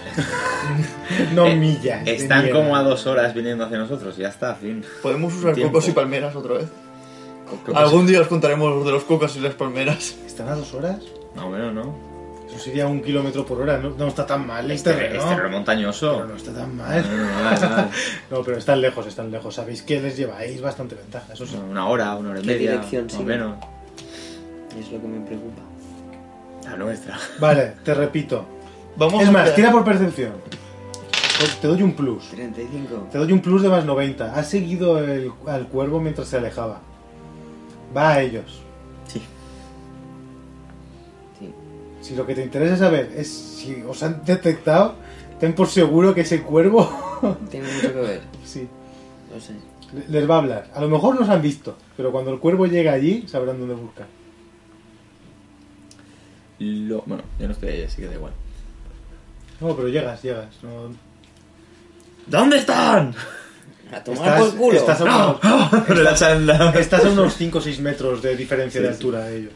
No
Eh,
millas. de
están
mierda.
como a dos horas viniendo hacia nosotros, ya está, fin.
Podemos usar
Tiempo.
cocos y palmeras otra vez.
Creo que
Algún día os contaremos los de los cocos y las palmeras.
¿Están a dos horas?
sí. Más o menos, ¿no?
Eso sería un kilómetro por hora. No, no está tan mal el
Este,
terreno.
este era montañoso.
Pero no está tan
*laughs*
mal.
No, no, vale, vale.
*laughs* No, pero están lejos, están lejos. Sabéis que les lleváis bastante ventaja. Eso sí.
Una hora, una hora y
¿Qué
media,
dirección
más o
sigue?
menos.
Es lo que me preocupa.
La nuestra.
Vale, te repito.
Vamos
Es
a
más,
ver-
tira por percepción. Te doy un plus.
35.
Te doy un plus de más 90. Has seguido el- al cuervo mientras se alejaba. Va a ellos.
Sí.
Sí.
Si lo que te interesa saber es si os han detectado, ten por seguro que ese cuervo *laughs*
Tiene mucho que ver.
sí,
No sé.
les va a hablar. A lo mejor los han visto, pero cuando el cuervo llega allí sabrán dónde buscar.
lo... Bueno, yo no estoy ahí, así que da igual.
No, pero llegas, llegas. No,
¿Dónde están?
A tomar
estás,
por culo.
estás a unos,
Pero la chanda.
estás a unos 5 o 6 metros de diferencia de
Sí, sí.
altura de ellos.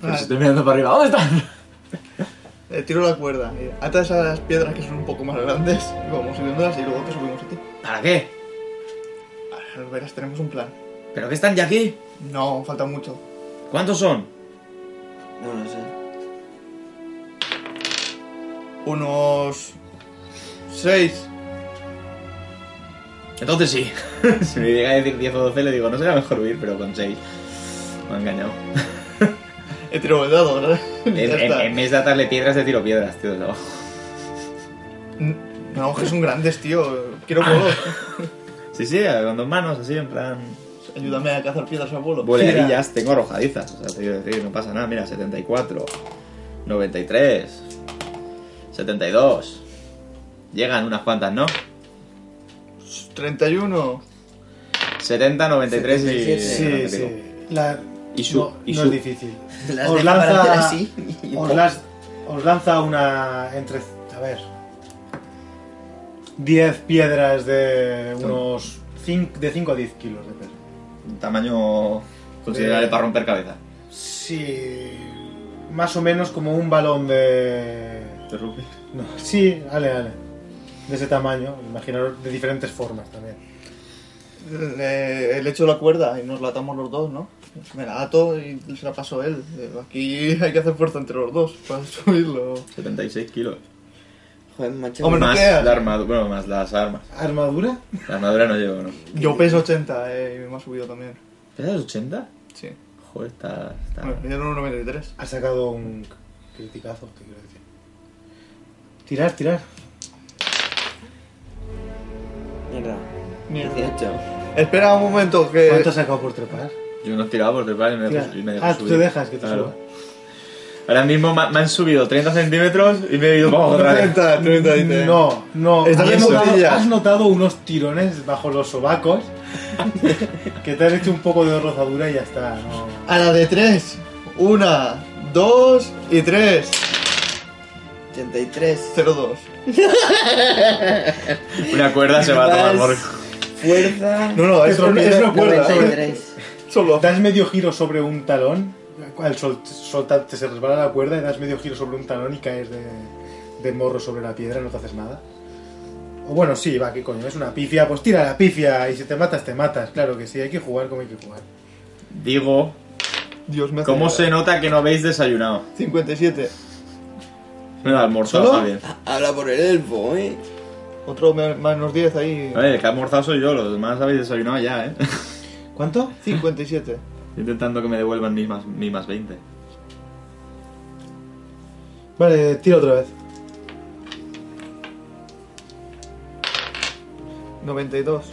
Pero si estoy mirando para arriba, ¿dónde están?
Eh, tiro la cuerda, eh, atas a las piedras que son un poco más grandes y vamos subiéndolas y luego te subimos a ti.
¿Para qué?
Ahora verás, tenemos un plan.
¿Pero qué están ya aquí?
No, falta mucho.
¿Cuántos son?
No lo sé. *laughs*
Unos... Seis.
Entonces *laughs* sí. si me llega a decir 10 o 12, le digo, no será mejor huir, pero con 6. Me ha engañado.
He tirado el dado, ¿verdad? *laughs*
En,
Ya
en-
está.
en vez de atarle piedras, le tiro piedras, tío, desde abajo.
No, que son grandes, tío. Quiero
Ah.
bolos.
Sí, sí, con dos manos, así, en plan...
Ayúdame a cazar piedras a vuelo.
Boleadillas, tengo arrojadizas, o sea, te quiero decir, no pasa nada. Mira, 74, 93, 72. Llegan unas cuantas, ¿no?
31.
70, 93 y...
77.
Sí, sí. La-
Y su-
no,
y
no
su-
es difícil.
Las
Os
deja para
lanza-
hacer así. y
Os,
pum.
las- os lanza una entre... A ver... 10 piedras de unos... cinc- de 5 a 10 kilos de peso.
Un tamaño
Eh.
considerable para romper cabeza.
Sí... Más o menos como un balón de...
¿Te rompes?
No, sí, vale, vale. De ese tamaño, imaginaros de diferentes formas también.
Eh, el hecho de la cuerda y nos la atamos los dos, ¿no? Me la ato y se la paso a él. Eh, Aquí hay que hacer fuerza entre los dos para *laughs* subirlo.
76 kilos.
*laughs* Joder, macho.
Hombre, no
más
creas.
la armadura, bueno, más las armas.
¿Armadura?
La armadura no llevo, ¿no?
Yo peso 80 eh, y me ha subido también.
¿Pesas 80?
Sí.
Joder, está... está-
Bueno, yo era un 93.
Ha sacado un criticazo, te quiero decir. Tirar, tirar.
Mierda.
Mierda.
18.
Espera un momento que...
¿Cuánto
*laughs*
has sacado por trepar?
Yo no tiraba por detrás y me
Tira.
dejó, y me dejó
Ah, tú
subir.
te dejas que te
Claro.
suba.
Ahora mismo me, me han subido 30 centímetros y me he ido para otra vez.
30, 30 dice.
No, no.
Estás
Has
en
notado,
cuclillas.
has notado unos tirones bajo los sobacos *laughs* que te han hecho un poco de rozadura y ya está. no.
A la de 3. Una, dos y tres.
83.
0-2.
Una cuerda se va a tomar por...
Fuerza.
No, no, es,
Te
una- es una cuerda.
93.
Solo.
Das medio giro sobre un talón, al sol, solta- te se resbala la cuerda y das medio giro sobre un talón y caes de, de morro sobre la piedra, no te haces nada. O bueno, sí, va, qué coño, es una pifia, pues tira la pifia y si te matas, te matas, claro que sí, hay que jugar como hay que jugar.
Digo,
Dios me hace
¿cómo
llorar.
se nota que no habéis desayunado?
57.
No, el almorzado
¿Solo?
está bien.
Habla por el elfo, eh.
Otro me- menos 10 ahí.
A ver, el que ha almorzado soy yo, los demás habéis desayunado ya, ¿eh? *laughs*
¿Cuánto?
57.
Intentando que me devuelvan mi más, mi más 20.
Vale, tira otra vez.
92.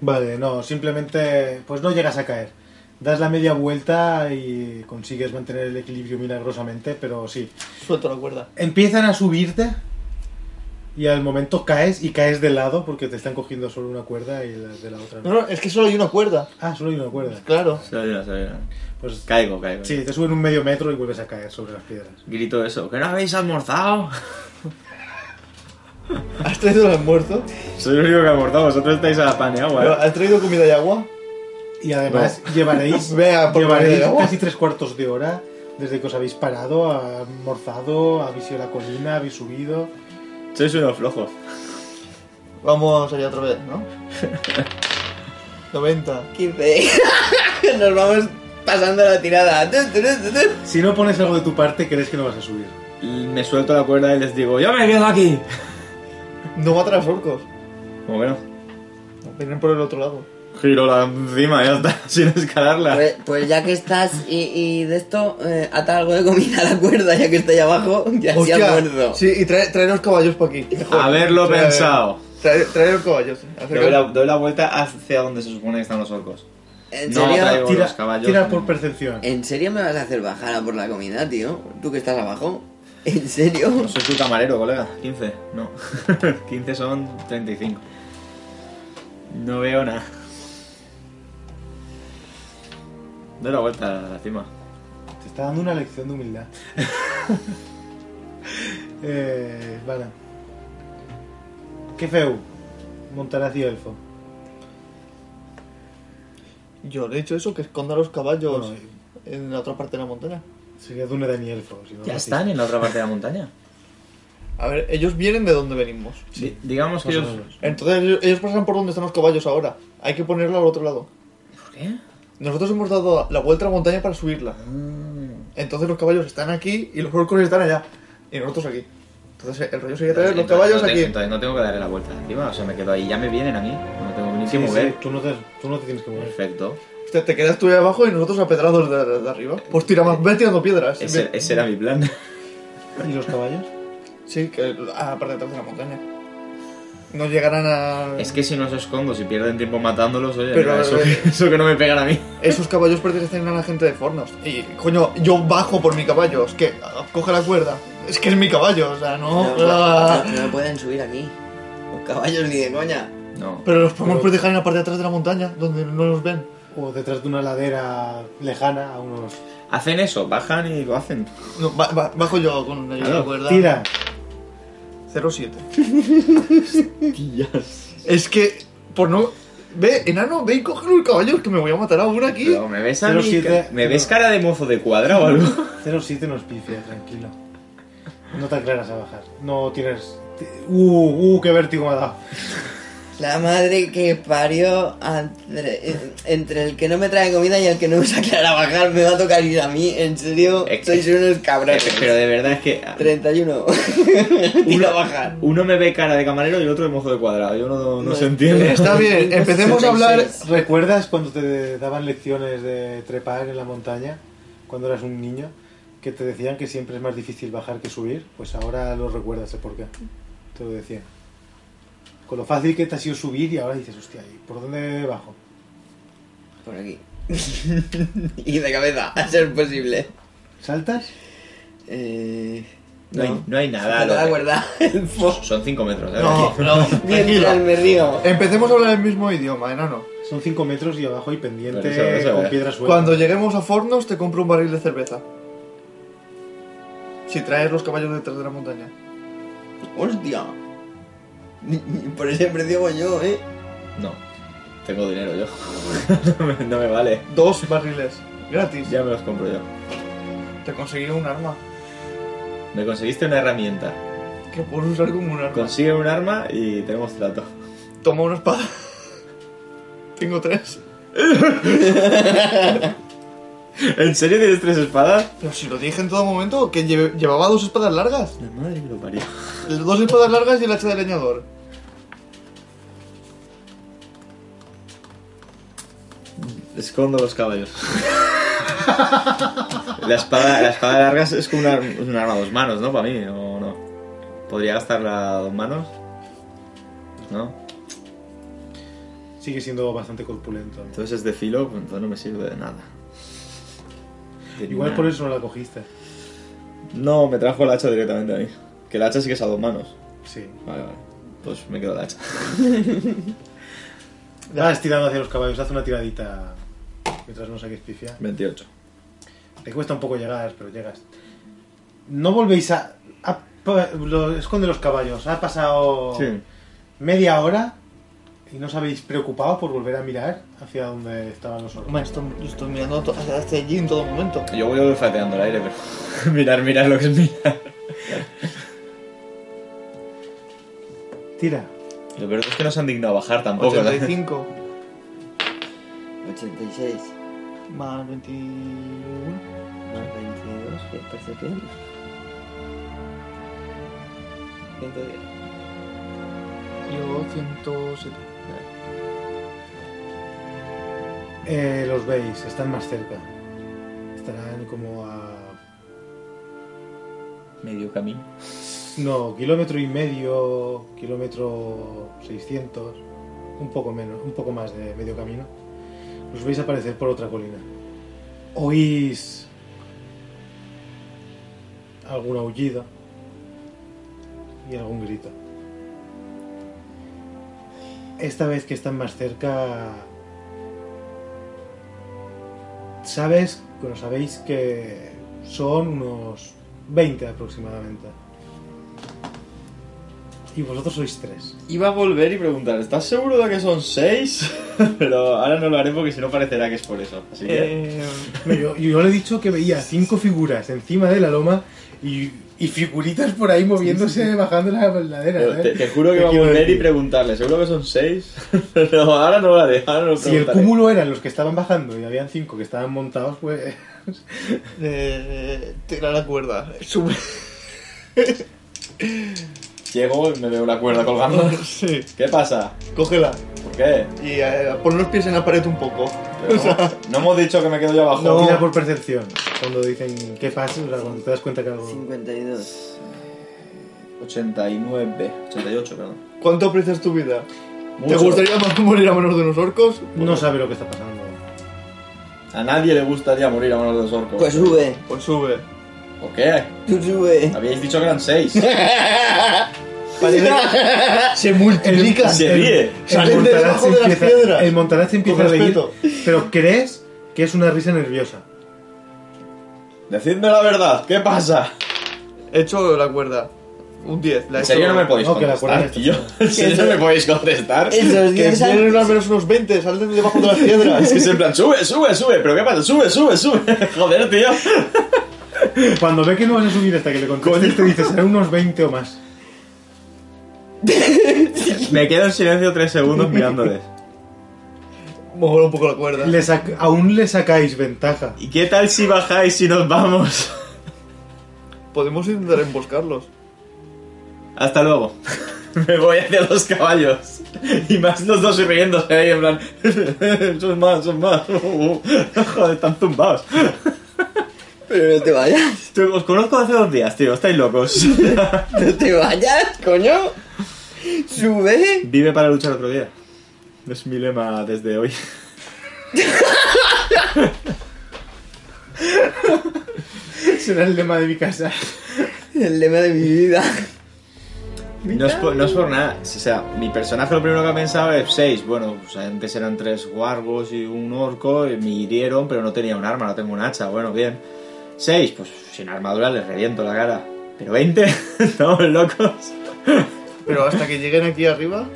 Vale, no, simplemente pues no llegas a caer. Das la media vuelta y consigues mantener el equilibrio milagrosamente, pero sí.
Suelto la cuerda.
Empiezan a subirte y al momento caes y caes de lado porque te están cogiendo solo una cuerda y las de la otra
No,
no.
no, es que solo hay una cuerda. Pues
Ah, solo hay una cuerda.
Claro.
Desayuna, desayuna.
Pues
Caigo, caigo.
sí, te suben un medio metro y vuelves a caer sobre las piedras.
Grito eso, ¿que no habéis almorzado?
¿Has traído el almuerzo?
*laughs* Soy el único que ha almorzado, vosotros estáis a la pan y
Pero,
agua. ¿eh?
¿Has traído comida y agua?
Y además llevaréis,
*laughs* Vea, por
llevaréis
favor.
casi tres cuartos de hora desde que os habéis parado, almorzado, habéis ido a la colina, habéis subido.
Sois unos flojos.
Vamos allá otra vez, ¿no? 90.
15. *laughs* Nos vamos pasando la tirada.
Si no pones algo de tu parte, crees que no vas a subir.
Me suelto la cuerda y les digo, ¡yo me quedo aquí!
No mata a los orcos.
Como que no.
Vienen por el otro lado.
Giro la encima, ya está, *laughs* sin escalarla.
Pues, pues ya que estás y, y de esto, eh, ata algo de comida a la cuerda, ya que está ahí abajo, ya así almuerzo.
Sí, y trae, trae los caballos para aquí. Mejor.
Haberlo
Trae-
pensado.
Trae, trae los caballos. Acerca-
Doy la, doy la vuelta hacia donde se supone que están los orcos.
¿En
No,
serio?
traigo
Tira,
los caballos. Eh.
tira por percepción.
¿En serio me vas a hacer bajar a por la comida, tío? ¿Tú que estás abajo? ¿En serio?
No soy tu camarero, colega. 15, no. *laughs* 15 son 35. No veo nada. Doy la vuelta a la cima.
Te está dando una lección de humildad. *laughs* eh, vale. ¿Qué feu? Montaraz y Elfo.
Yo le he dicho eso, que esconda los caballos
Bueno,
Pues-
en la otra parte de la montaña.
Sería Dune de mi Elfo. si no
Ya
lo
están en la otra parte de la montaña.
A ver, ellos vienen de donde venimos.
Di- digamos que
Más o
ellos.
menos.
Entonces ellos- ellos pasan por donde están los caballos ahora. Hay que ponerla al otro lado.
¿Por qué?
Nosotros hemos dado la vuelta a la montaña para subirla.
Mm,
Entonces los caballos están aquí y los orcos están allá. Y nosotros aquí. Entonces el rollo sería traer los
entonces-
caballos
entonces-
aquí.
Entonces no tengo que darle la vuelta a la cima, o sea, me quedo ahí. Ya me vienen a mí, no tengo ni
Sí,
que
sí,
mover.
tú, no te, tú no te tienes que mover.
Perfecto.
Te, te quedas tú ahí abajo y nosotros apedrados de, de arriba. Pues tira más, ves tirando piedras.
Ese, ese era mi plan. *laughs*
¿Y los caballos?
Sí, que a la parte de atrás de la montaña. No llegarán a.
Es que si no os escondo, si pierden tiempo matándolos, oye,
Pero,
mira, eso,
eh,
que- *laughs* eso que no me pegan a mí.
Esos caballos pertenecen a la gente de Fornos. Y coño, yo bajo por mi caballo. Es que ah, coge la cuerda. Es que es mi caballo, o sea, no.
No,
ah.
no- no pueden subir aquí. Los caballos ni de coña.
No.
Pero los podemos
Pero-
proteger en la parte de atrás de la montaña, donde no nos ven.
O detrás de una ladera lejana a unos...
Hacen eso, bajan y lo hacen.
No, ba- ba- bajo yo con la
Claro,
cuerda.
Tira.
07. Es que, por no. Ve, enano, ve y coge los caballos que me voy a matar aún aquí.
Pero me ves a
Pero
mí
si te-
ca- ¿Me ves cara de mozo de cuadra
*laughs*
o algo?
07 nos pifia, tranquilo. No te aclaras a bajar. No tienes... Uh, uh, qué vértigo me ha dado.
La madre que parió entre, en- entre el que no me trae comida y el que no me saca a bajar me va a tocar ir a mí. En serio,
Es que-
sois unos cabrones.
*laughs* Pero de verdad es que.
31. Ir a bajar.
Uno me ve cara de camarero y el otro de mozo de cuadrado. Yo no, no
No,
se entiende.
Pues Está bien, empecemos a hablar.
66.
¿Recuerdas cuando te daban lecciones de trepar en la montaña cuando eras un niño? Que te decían que siempre es más difícil bajar que subir. Pues ahora lo recuerdas el porqué. Te lo decía. Con lo fácil que te ha sido subir y ahora dices, hostia, ¿y por dónde bajo?
Por aquí. *laughs* y de cabeza, a ser posible.
¿Saltas?
Eh,
No hay- no hay nada,
Se me
lo
da
que-
cuerda. El fo-
*laughs* Son 5 metros, ¿eh?
No, no,
*laughs* Mientras
tranquilo.
me río.
Empecemos a hablar el mismo idioma, enano.
Son 5 metros y abajo hay pendiente
Pero eso- eso
con
era.
piedra suelta.
Cuando lleguemos a Fornos, te compro un barril de cerveza. Si traes los caballos detrás de la montaña.
Hostia. Por ese precio voy yo, eh.
No. Tengo dinero yo. *laughs* no, me, no me vale.
Dos barriles, gratis.
Ya me los compro yo.
Te conseguí un arma.
Me conseguiste una herramienta.
Que puedes usar como un arma.
Consigue un arma y tenemos trato. *laughs*
Toma una espada. *laughs* Tengo tres.
¿En serio tienes tres espadas?
Pero si lo dije en todo momento, que lle- llevaba dos espadas largas.
La madre que lo parió.
Dos espadas largas y el hacha de leñador.
Escondo los caballos. *laughs* la, espada, la espada larga es como una, es un arma a dos manos, ¿no? Para mí, ¿o no? ¿Podría gastarla a dos manos? ¿No?
Sigue siendo bastante corpulento.
Entonces es de filo, pues entonces no me sirve de nada. De
Igual
nada.
por eso no la cogiste.
No, me trajo el hacha directamente a mí. Que el hacha sí que es a dos manos.
Sí.
Vale, vale. Pues me quedo *laughs* el hacha.
Vas tirando hacia los caballos, haz una tiradita mientras no saques pifia.
28.
Te cuesta un poco llegar, pero llegas. No volvéis a. a- pa- lo- esconde los caballos. Ha pasado
Sí.
media hora y no os habéis preocupado por volver a mirar hacia donde estaban los orcos.
Hombre, esto- yo estoy mirando to- hasta allí en todo momento.
Yo voy olfateando el aire, pero. *laughs* mirar, mirar lo que es mirar.
Tira.
Lo peor es que no se han dignado a bajar tampoco. ¿no?
85
86.
más 21.
Más 22, que es percepción. 110.
Yo 107.
Eh, los veis, están más cerca. Estarán como a.
*laughs* Medio camino.
No, kilómetro y medio, kilómetro 600, un poco menos, un poco más de medio camino. Los veis aparecer por otra colina. Oís algún aullido y algún grito. Esta vez que están más cerca, Sabes, bueno, sabéis que son unos 20 aproximadamente. Y vosotros sois tres.
Iba a volver y preguntar, ¿estás seguro de que son seis? *laughs* Pero ahora no lo haré porque si no parecerá que es por eso. Así que...
Eh,
No, Yo, yo le he dicho que veía cinco figuras encima de la loma y, y figuritas por ahí moviéndose, bajando la ladera.
Pero
¿eh?
Te, te juro que
Te
iba a
quiero
volver y
decir.
preguntarle, seguro que son seis. *laughs* Pero ahora no lo haré, ahora no lo
Si el
preguntaré.
cúmulo eran los que estaban bajando y habían cinco que estaban montados, pues
eh, tira la cuerda.
*laughs*
Sube.
Llego y me veo una
*laughs*
cuerda colgando.
Sí.
¿Qué pasa?
Cógela
¿Por qué?
y eh, pon los pies en la pared un poco. O sea,
No hemos dicho que me quedo yo abajo.
no. *laughs* tira por percepción. Cuando dicen qué pasa, o sea, cuando te das cuenta que algo...
52.
89, 88, perdón.
¿Cuánto aprecias tu vida? ¿Te
Mucho.
gustaría más morir a manos de unos orcos?
No sabe lo que está pasando.
A nadie le gustaría morir a manos de los orcos.
Pues sube,
Pues sube.
¿Por qué?
tú
*laughs*
sube.
Habíais dicho que eran *laughs* seis.
Se multiplica.
Se ríe.
Salen de debajo de las piedras.
el Montaraz empieza a
Con
reír,
respeto.
pero crees que es una risa nerviosa.
Decidme la verdad, ¿qué pasa?
He hecho la cuerda. Un 10. La he
En serio
hecho-
no me podéis
No, que la cuerda
contestar,
está
tío. *laughs* En serio no me podéis contestar. *laughs*
Esos
Que
10
tienen
al...
al menos unos 20, salen de debajo de las *laughs* piedras.
Es que es en plan, sube, sube, sube, pero ¿qué pasa? Sube, sube, sube. *laughs* Joder, tío.
Cuando ve que no vas a subir hasta que le contestes, te dices, serán unos 20 o más.
Me quedo en silencio tres segundos mirándoles.
Mejor un poco la cuerda.
Le sac- aún le sacáis ventaja.
¿Y qué tal si bajáis y nos vamos?
Podemos intentar emboscarlos.
Hasta luego. *laughs* Me voy hacia los caballos. Y más los dos riéndose ahí, en plan. *laughs* Son más, son más. Joder, están zumbados.
Pero *laughs* no te vayas,
Tío, Os conozco hace dos días, tío. Estáis locos. *laughs*
no te vayas, coño. Sube.
Vive para luchar otro día. Es mi lema desde hoy.
Será el lema de mi casa.
El lema de mi vida. *laughs*
No es, por, no es por nada. O sea, mi personaje lo primero que ha pensado es seis. Bueno, pues antes eran tres guargos y un orco. Y me hirieron, pero no tenía un arma, no tengo un hacha. Bueno, bien. Seis, pues sin armadura les reviento la cara. Pero 20, *laughs* estamos locos.
Pero hasta que lleguen aquí arriba,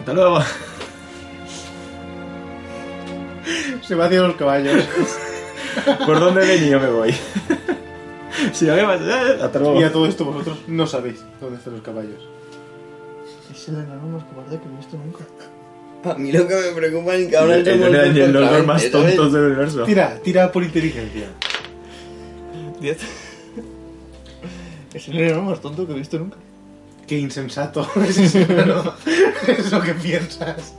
Hasta luego.
Se va hacia los caballos.
¿Por dónde he venido me voy? *laughs* Si no me vas eh, hasta luego.
Y a todo esto vosotros no sabéis dónde están los caballos.
es el enano más cobarde que he visto nunca.
A mí lo que me preocupa es que ahora
El- el-
somos
el- el- Los dos
totalmente,
más
¿sabes?
tontos del universo.
Tira, tira por inteligencia.
10. Es el enano más tonto que he visto nunca.
Qué insensato *laughs* es ese enano. Es lo que piensas.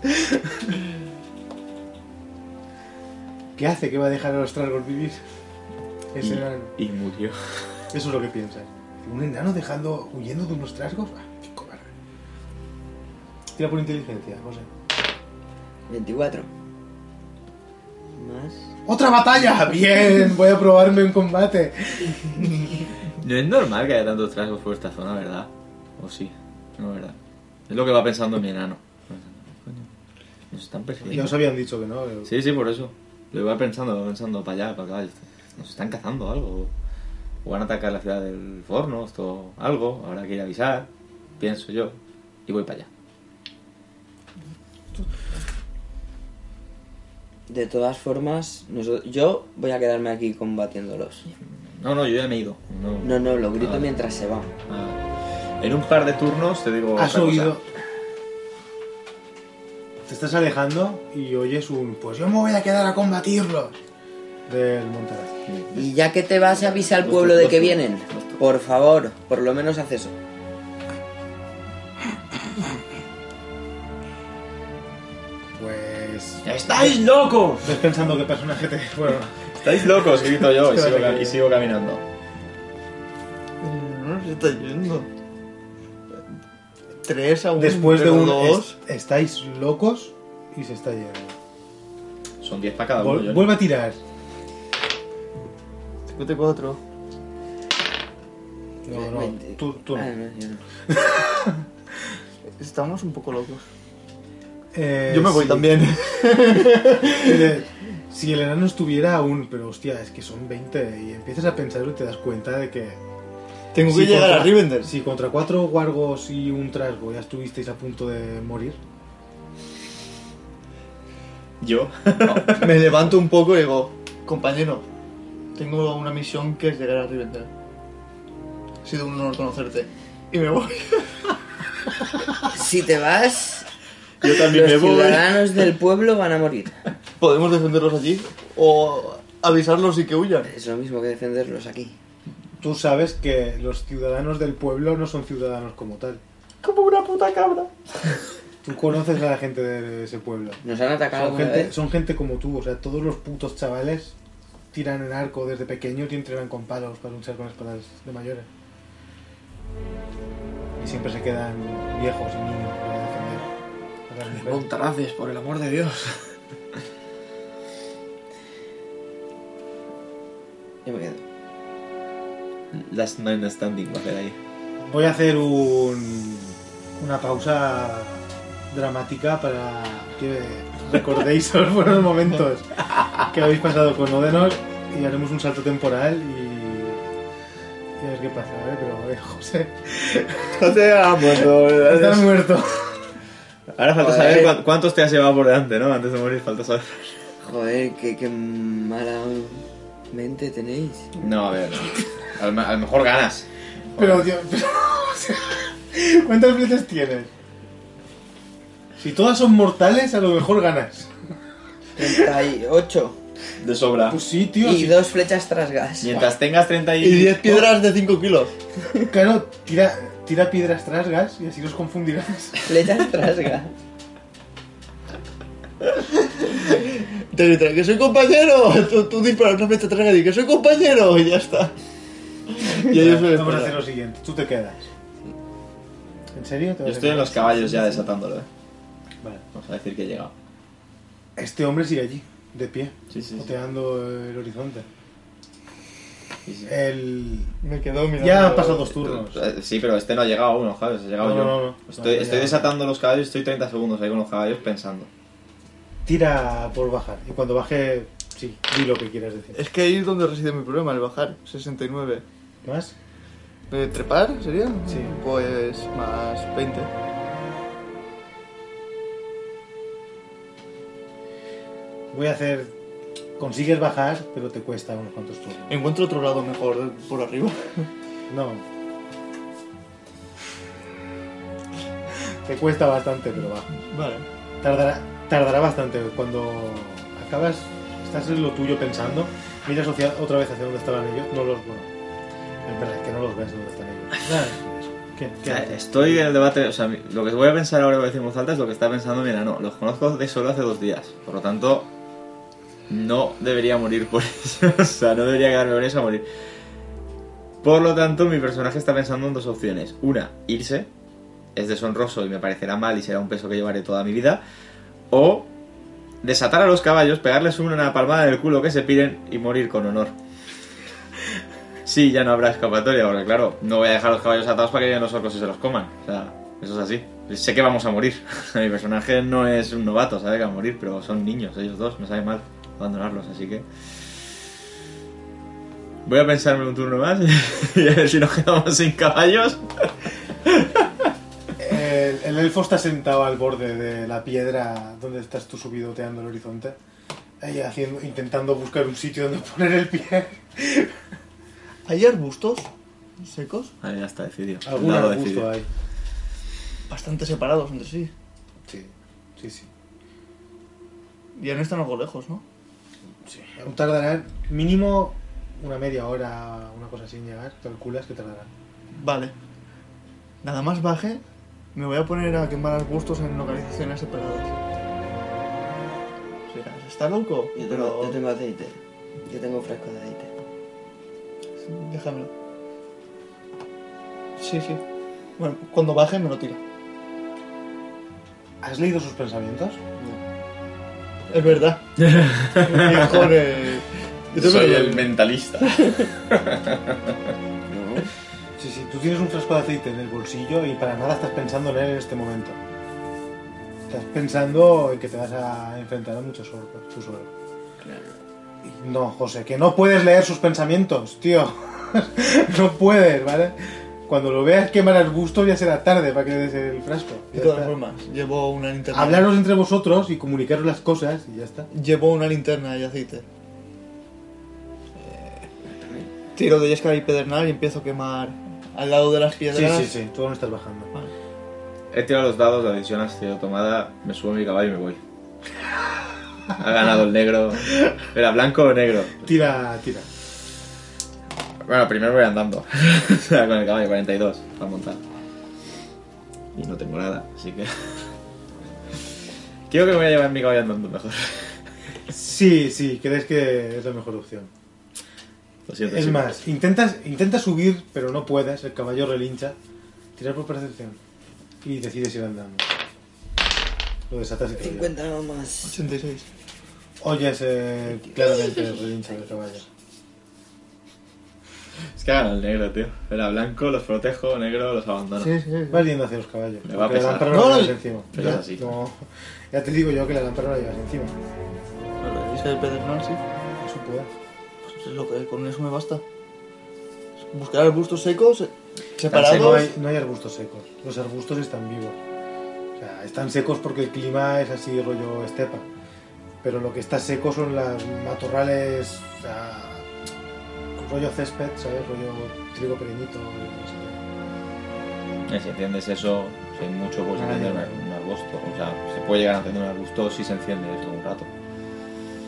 ¿Qué hace que va a dejar a los tragos vivir?
Mm.
Ese enano.
Y, y murió.
Eso es lo que piensas. ¿Un enano dejando, huyendo de unos trasgos? Ah, qué cobarde. Tira por inteligencia, José.
24. Más.
¡Otra batalla! Bien, voy a probarme en combate.
No es normal que haya tantos trasgos por esta zona, ¿verdad? O sí, no, ¿verdad? Es lo que va pensando mi enano. Coño, Nos están
Ya os
persiguiendo.
habían dicho que no. eh.
Sí, sí, por eso. Lo iba pensando, lo iba pensando para allá, para acá. Nos están cazando algo. O van a atacar la ciudad del forno, esto, algo. Habrá que ir a avisar, pienso yo. Y voy para allá.
De todas formas, noso- yo voy a quedarme aquí combatiéndolos.
No, no, yo ya me he ido. No,
No, no, lo
Ah.
grito mientras se va.
Ah. En un par de turnos te digo.
Has
otra cosa.
oído. Te estás alejando y oyes un. Pues yo me voy a quedar a combatirlos. Del Montaraz.
Y ya que te vas, avisa al
Los
pueblo
tu-
de
los
que
tu-
vienen.
los tu-
Por favor, por lo menos haz eso.
Pues.
¡Estáis locos!
Estás pensando qué personaje te.
*laughs*
Bueno.
¡Estáis locos! Grito yo y
Espérate
sigo, ca-
que-
y sigo caminando.
El enano se está yendo. 3 a 1.
Después de un.
Dos.
est- estáis locos y se está yendo.
Son 10 para
Ah,
cada uno.
Vol-
yo-
vuelve a tirar.
54.
No, no.
Veinte.
Ah.
Tú, tú no.
Ah, no, yo no.
Estamos un poco locos.
Eh,
Yo me voy
sí.
*laughs* también.
*laughs* Eh, si el enano estuviera aún, pero hostia, es que son 20 y empiezas a pensarlo y te das cuenta de que
Tengo
Sí,
que llegar
contra-
a Rivendell.
si contra cuatro guargos y un trasgo ya estuvisteis a punto de morir,
Yo.
Me levanto un poco y digo, compañero, tengo una misión que es llegar a Rivendell. Ha sido un honor conocerte. Y me voy.
Si te vas,
*laughs* Yo también
los
me voy.
ciudadanos del pueblo van a morir.
¿Podemos defenderlos allí? ¿O avisarlos y que huyan?
Es lo mismo que defenderlos aquí.
tú sabes que los ciudadanos del pueblo no son ciudadanos como tal.
Como una puta cabra.
Tú conoces a la gente de ese pueblo.
¿Nos han atacado
Son
alguna
gente,
eh.
vez?
son gente como tú, o sea, todos los putos chavales tiran en arco desde pequeños y entrenan con palos para luchar con espadas de mayores. Y siempre se quedan viejos y niños para defender. a las mujeres.
Montaraces, por el amor de Dios.
Yo me quedo.
Last man standing va a hacer ahí.
Voy a hacer un, una pausa dramática para que recordéis *laughs* los buenos momentos que habéis pasado con Odenos y haremos un salto temporal y, y a ver qué pasa, ¿vale? Pero, eh, José,
Te
estás muerto.
Ahora falta
Joder.
saber cuán- cuántos te has llevado por delante, ¿no? Antes de morir falta saber.
Joder, qué, qué mala mente tenéis.
No, a ver. A lo, me- a lo mejor ganas.
Pero, tío, pero, o sea, ¿cuántas veces tienes? Si todas son mortales, a lo mejor ganas.
38.
De sobra.
Pues sí, tío.
Y
si-
dos flechas tras gas.
Mientras tengas 30 y...
Y 10 piedras de 5 kilos.
claro, tira, tira piedras trasgas y así los confundirás.
Flechas tras
*laughs*
gas.
Te gritan, que soy compañero. *laughs* Tú, tú disparas, no me te traigas y que soy compañero. Y ya está. Y ellos me
Vamos a hacer
disparan.
lo siguiente, tú te quedas. ¿En serio? ¿Te
Yo
vas a
estoy en
quedar?
los caballos ya desatándolo, ¿eh?
Vale.
Vamos a decir que he llegado.
Este hombre sigue allí, de pie,
Sí, sí, sí.
oteando el horizonte.
Sí, sí.
El...
Me quedo mirando.
Ya han pasado dos turnos.
Eh, Sí, pero este no ha llegado aún, los caballos. He llegado
No,
yo.
no, no.
Estoy,
No,
estoy
ya.
desatando los caballos, estoy 30 segundos ahí con los caballos pensando.
Tira por bajar. Y cuando baje, sí, di lo que quieras
Eh.
decir.
Es que ahí es donde reside mi problema, el bajar. 69.
¿Más?
¿De Eh, trepar sería?
Sí.
Pues más 20.
Voy a hacer... Consigues bajar, pero te cuesta unos cuantos turnos.
Encuentro otro lado mejor por arriba.
No. Te cuesta bastante, pero baja.
Vale.
Tardará, tardará bastante. Cuando acabas, estás en lo tuyo pensando, miras hacia- otra vez hacia donde estaban ellos. No los, bueno, en verdad que no los ves donde están *laughs* ellos. Nada, ¿Qué,
O
qué
sea,
haces?
estoy en el debate, o sea, mi- lo que voy a pensar ahora que voy a decir en voz alta es lo que está pensando mi enano. Los conozco de solo hace dos días, por lo tanto, no debería morir por *laughs* eso, o sea, no debería quedarme con eso a morir. Por lo tanto, mi personaje está pensando en dos opciones. Una, irse, es deshonroso y me parecerá mal y será un peso que llevaré toda mi vida. O desatar a los caballos, pegarles una palmada en el culo que se piden y morir con honor. Sí, ya no habrá escapatoria, porque claro, no voy a dejar los caballos atados para que lleguen los orcos y se los coman. O sea, eso es así. Sé que vamos a morir. *laughs* Mi personaje no es un novato, sabe que va a morir, pero son niños, ellos dos, me sabe mal abandonarlos, así que... Voy a pensarme un turno más *laughs* y a ver si nos quedamos sin caballos.
El, el elfo está sentado al borde de la piedra donde estás tú subidoteando el horizonte, ahí haciendo, intentando buscar un sitio donde *laughs* poner el pie.
¿Hay arbustos secos?
Vale, ya está decidido.
Algún
Dado
arbusto
decidido.
hay.
Bastante separados entre sí.
Sí, sí, sí.
Ya no están algo lejos, ¿no?
Aún Tardará mínimo una media hora, una cosa así en llegar. Calculas que tardará.
Vale. Nada más baje, me voy a poner a quemar arbustos en localizaciones separadas. Serás, ¿Está loco?
Yo tengo,
Pero-
yo tengo aceite. Yo tengo fresco de aceite.
Déjamelo. Sí, sí. Bueno, cuando baje me lo tira.
¿Has leído sus pensamientos?
*laughs*
Es verdad. Mejor, eh, yo te
Soy
veo
el
bien.
mentalista.
No.
Sí, sí, tú tienes un frasco de aceite en el bolsillo y para nada estás pensando en él en este momento. Estás pensando en que te vas a enfrentar a muchos orcos, tú solo. No, José, que no puedes leer sus pensamientos, tío. *laughs* no puedes, ¿vale? Cuando lo veas quemar arbustos ya será tarde para que le des el frasco.
De
Ya
todas
está.
formas, llevo una linterna.
Hablaros entre vosotros y comunicaros las cosas y ya está.
Llevo una linterna y aceite. Eh, Tiro de yesca y pedernal y empiezo a quemar al lado de las
Sí,
piedras.
sí, sí, tú no estás bajando.
He tirado los dados, la decisión ha sido tomada, me subo a mi caballo y me voy. Ha ganado el negro. Era blanco o negro.
Tira, tira.
Bueno, primero voy andando. *laughs* O sea, con el caballo 42 para montar. Y no tengo nada, así que. *laughs* Creo que me voy a llevar mi caballo andando mejor.
Sí, sí, crees que es la mejor opción.
Lo siento.
Es
sí.
más, intentas, intentas subir, pero no puedes, el caballo relincha. Tirar por percepción. Y decides ir andando. Lo desatas y te lo llevas.
50 o más.
86.
Oyes eh, claramente el relincho del caballo.
Es que ha ganado el negro, tío. Era blanco, los protejo, negro, los abandono.
Sí, sí, sí.
Vas yendo hacia los caballos.
Me va a
porque la
pesar.
lámpara no
No,
la
no,
llevas encima.
pero
Ya,
es así.
No, ya te digo yo que la lámpara no la llevas encima.
Vale, y si el pedernal, sí.
Eso puede.
Pues es lo que, con eso me basta. Buscar arbustos secos, eh, separados.
No hay, no hay arbustos secos. Los arbustos están vivos. O sea, están secos porque el clima es así rollo estepa. Pero lo que está seco son las matorrales o sea, rollo césped, ¿sabes? Rollo trigo pequeñito. no sé.
Eh, Si enciendes eso, si hay mucho, puedes
Nadie.
encender un, un arbusto. O sea, se puede llegar a encender un arbusto si se enciende eso un rato.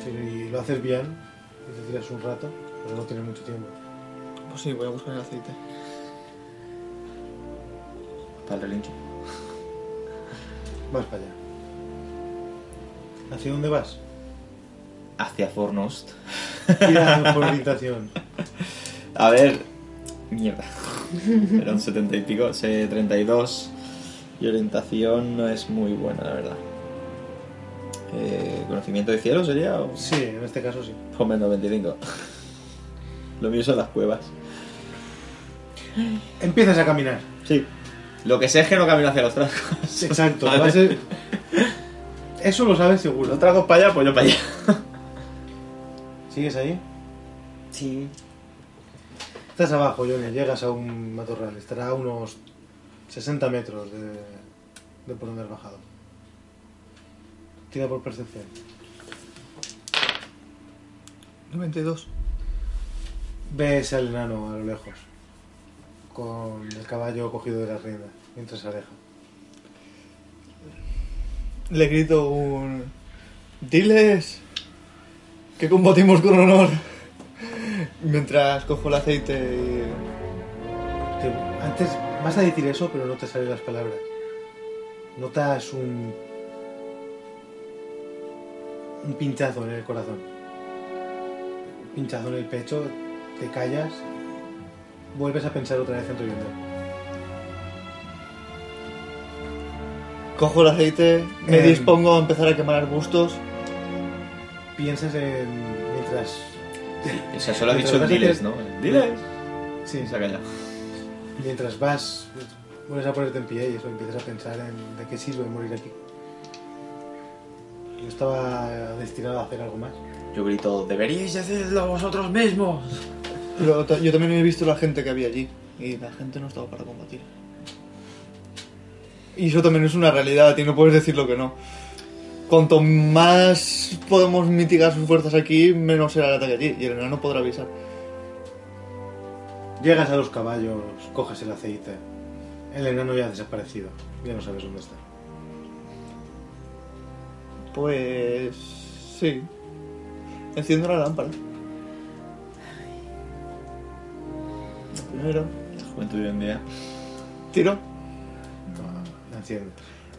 Si lo haces bien, y te tiras un rato, pero no tienes mucho tiempo.
Pues sí, voy a buscar el aceite.
Para el relincho.
Vas para allá. ¿Hacia dónde vas?
Hacia Fornost.
Tira por orientación.
A ver. Mierda. *laughs* Era un 70 y pico, sé 32. Y orientación no es muy buena, la verdad. Eh, ¿Conocimiento de cielo sería? O
Sí, en este caso sí.
o menos 25. Lo mío son las cuevas.
Empiezas a caminar.
Sí. Lo que sé es que no camino hacia los trascos. *laughs*
Exacto.
Vale.
vas a- Eso lo sabes seguro.
Los trascos para allá, pues yo para allá.
¿Sigues ahí?
Sí.
Estás abajo, Johnny, llegas a un matorral. Estará a unos 60 metros de, de por donde has bajado. Tira por percepción.
92.
Ves al enano a lo lejos, con el caballo cogido de las riendas, mientras se aleja.
Le grito un... Diles que combatimos con honor. *laughs* Mientras cojo el aceite y...
Te- antes vas a decir eso, pero no te salen las palabras. Notas un. un pinchazo en el corazón. Un pinchazo en el pecho, te callas, vuelves a pensar otra vez en tu vida.
Cojo el aceite, me
Em.
dispongo a empezar a quemar arbustos.
Piensas en. mientras.
O sea, solo ha
Pero lo
dicho
que pasa es
diles,
que-
¿no? Diles.
Sí,
Y se ha callado.
mientras vas, vuelves a ponerte en pie y eso, empiezas a pensar en de qué sirve morir aquí. Yo estaba destinado a hacer algo más.
Yo grito, deberíais hacerlo vosotros mismos.
Pero ta- yo también he visto la gente que había allí. Y la gente no estaba para combatir. Y eso también es una realidad y no puedes decir lo que no. Cuanto más podemos mitigar sus fuerzas aquí, menos será el ataque allí. Y el enano podrá avisar.
Llegas a los caballos, coges el aceite. El enano ya ha desaparecido. Ya no sabes dónde está.
Pues... sí. Enciendo la lámpara. Primero.
La juventud de hoy en día.
Tiro.
Toma, la enciende.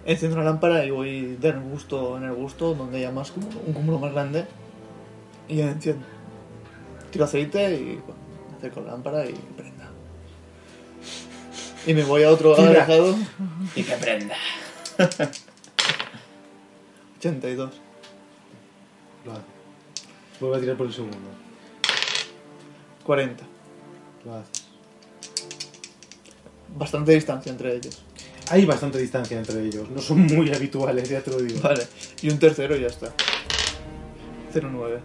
Enciendo la lámpara y voy del gusto en el gusto, donde hay más cúmulo- un cúmulo más grande. Y ya enciendo. Tiro aceite y bueno, acerco la lámpara y prenda. Y me voy a otro lado
Tira.
alejado.
Y que
*laughs*
prenda.
82.
Lo hace. Vuelve a tirar por el segundo.
40.
Lo haces.
Bastante distancia entre ellos.
Hay bastante distancia entre ellos, no son muy habituales, ya te lo digo.
Vale, y un tercero y ya está. 09.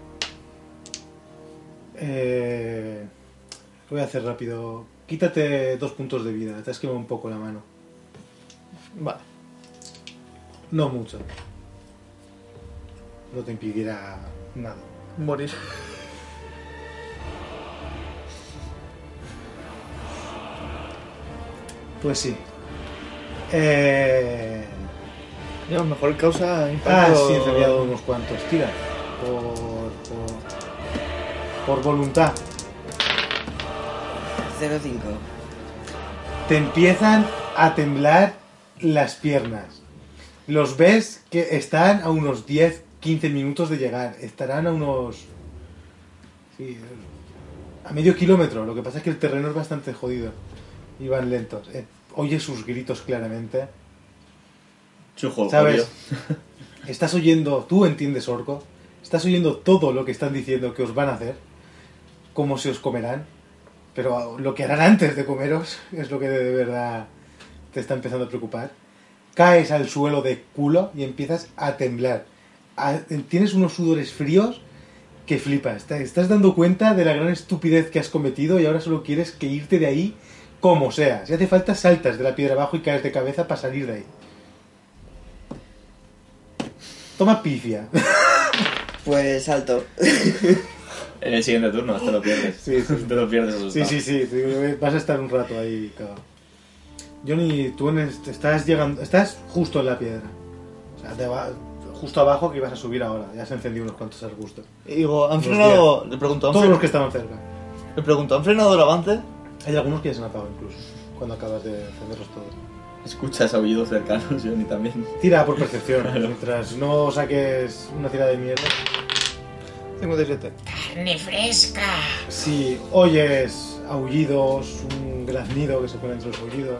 Eh, lo voy a hacer rápido. Quítate dos puntos de vida, te has quemado un poco la mano.
Vale,
No mucho. No te impedirá nada.
morir.
Pues sí. Eh,
Ya, mejor causa
Ah,
impacto.
sí, te había dado unos cuantos. Tira. Por, por, por voluntad.
0,5.
te empiezan a temblar las piernas. Los ves que están a unos 10, 15 minutos de llegar. Estarán a unos... sí, a medio kilómetro. Lo que pasa es que el terreno es bastante jodido. Y van lentos. Eh, oyes sus gritos claramente.
Chujo,
¿Sabes?
jodido.
Estás oyendo, tú entiendes orco, estás oyendo todo lo que están diciendo que os van a hacer, cómo se os comerán, pero ah, lo que harán antes de comeros es lo que de verdad te está empezando a preocupar. Caes al suelo de culo y empiezas a temblar. A- tienes unos sudores fríos que flipas. Te estás dando cuenta de la gran estupidez que has cometido y ahora solo quieres que irte de ahí como sea. Si hace falta, saltas de la piedra abajo y caes de cabeza para salir de ahí. Toma pifia.
Pues salto.
En el siguiente turno te lo pierdes.
Sí, sí.
*laughs* Te lo pierdes
Sí,
asustado.
sí, sí, sí, vas a estar un rato ahí, cagado. Johnny, tú en el- estás llegando, estás justo en la piedra. O sea, te va- justo abajo que ibas a subir ahora. Ya se han encendido unos cuantos arbustos.
Y digo, ¿han
Los
frenado? Le pregunto, ¿han,
Todos los
frenado,
que estaban cerca.
le pregunto, ¿han frenado el avance?
Hay algunos que ya se han apagado incluso, cuando acabas de encenderlos todos.
Escuchas aullidos cercanos, Johnny, también.
Tira por percepción, mientras no saques una tira de mierda.
57.
Si oyes aullidos, un graznido que se pone entre los aullidos.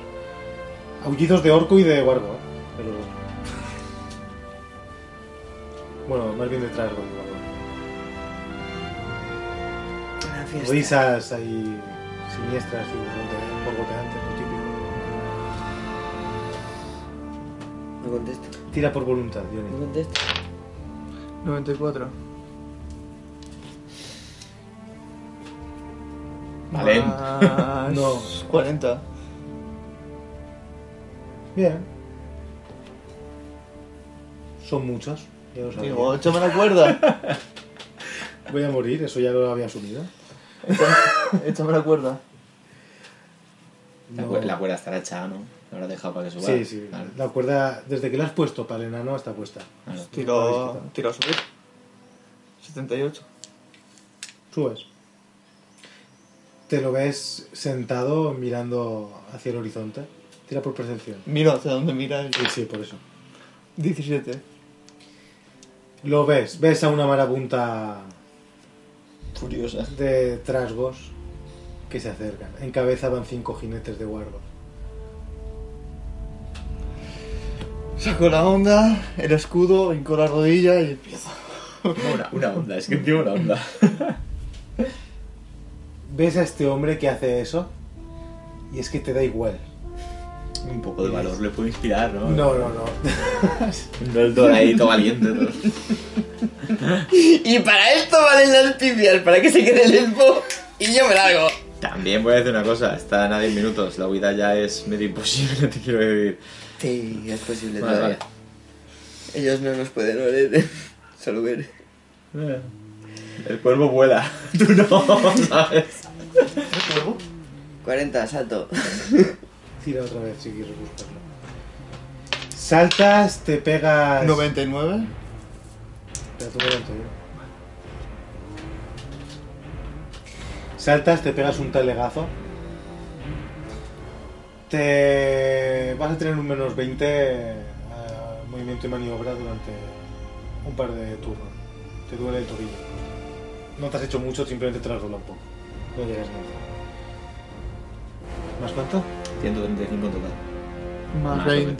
Aullidos de orco y de guargo, ¿eh? De los dos. Bueno, más bien de trasgo, de guargo.
Una fiesta.
Risas ahí siniestras y borbote- borboteantes, lo típico.
No contesto.
Tira por voluntad,
No
Johnny.
contesto. *laughs*
94.
Valen.
Más
No.
40.
Bien. Son muchos, ya lo sabía.
Digo, échame la cuerda.
Voy a morir, eso ya lo había asumido.
Échame- *laughs* Échame la cuerda.
La,
No.
cuer- la cuerda estará echada, ¿no? La habrás dejado para que suba.
Sí, sí.
Vale.
La cuerda, desde que la has puesto para el enano, está puesta.
Vale.
Tiro, tiro a subir. 78.
Subes. Te lo ves sentado mirando hacia el horizonte. Tira por percepción.
Miro hacia donde mira. y-
Sí, sí, por eso.
17.
Lo ves. Ves a una marabunta
Furiosa.
de trasgos que se acercan. En cabeza van cinco jinetes de guardo.
Saco la onda, el escudo, hinco la rodilla y empiezo.
Una, una onda, es que tiene una onda.
Ves a este hombre que hace eso y es que te da igual.
Un poco de valor le puede inspirar, ¿no?
No, no, no.
Un del doradito valiente. ¿no? *laughs*
Y para esto valen las pifias, para que se quede el elfo. Y yo me largo.
También voy a decir una cosa, están a 10 minutos, la huida ya es medio imposible, *laughs* te quiero decir.
Sí, es posible
Vale,
todavía. Ellos no nos pueden oler. *laughs* Solo ver.
Eh.
vale. El cuervo vuela, *laughs* tú no, ¿sabes?
40, salto. *laughs*
Tira otra vez si quieres buscarlo. Saltas, te pegas...
99.
Espérate un momento, ¿eh? Saltas, te pegas un talegazo. Te vas a tener un menos 20 a movimiento y maniobra durante un par de turnos. Te duele el tobillo. No te has hecho mucho, simplemente te la rola un poco. No llegas nada. ¿Más cuánto?
135 en total.
Más
Más
21.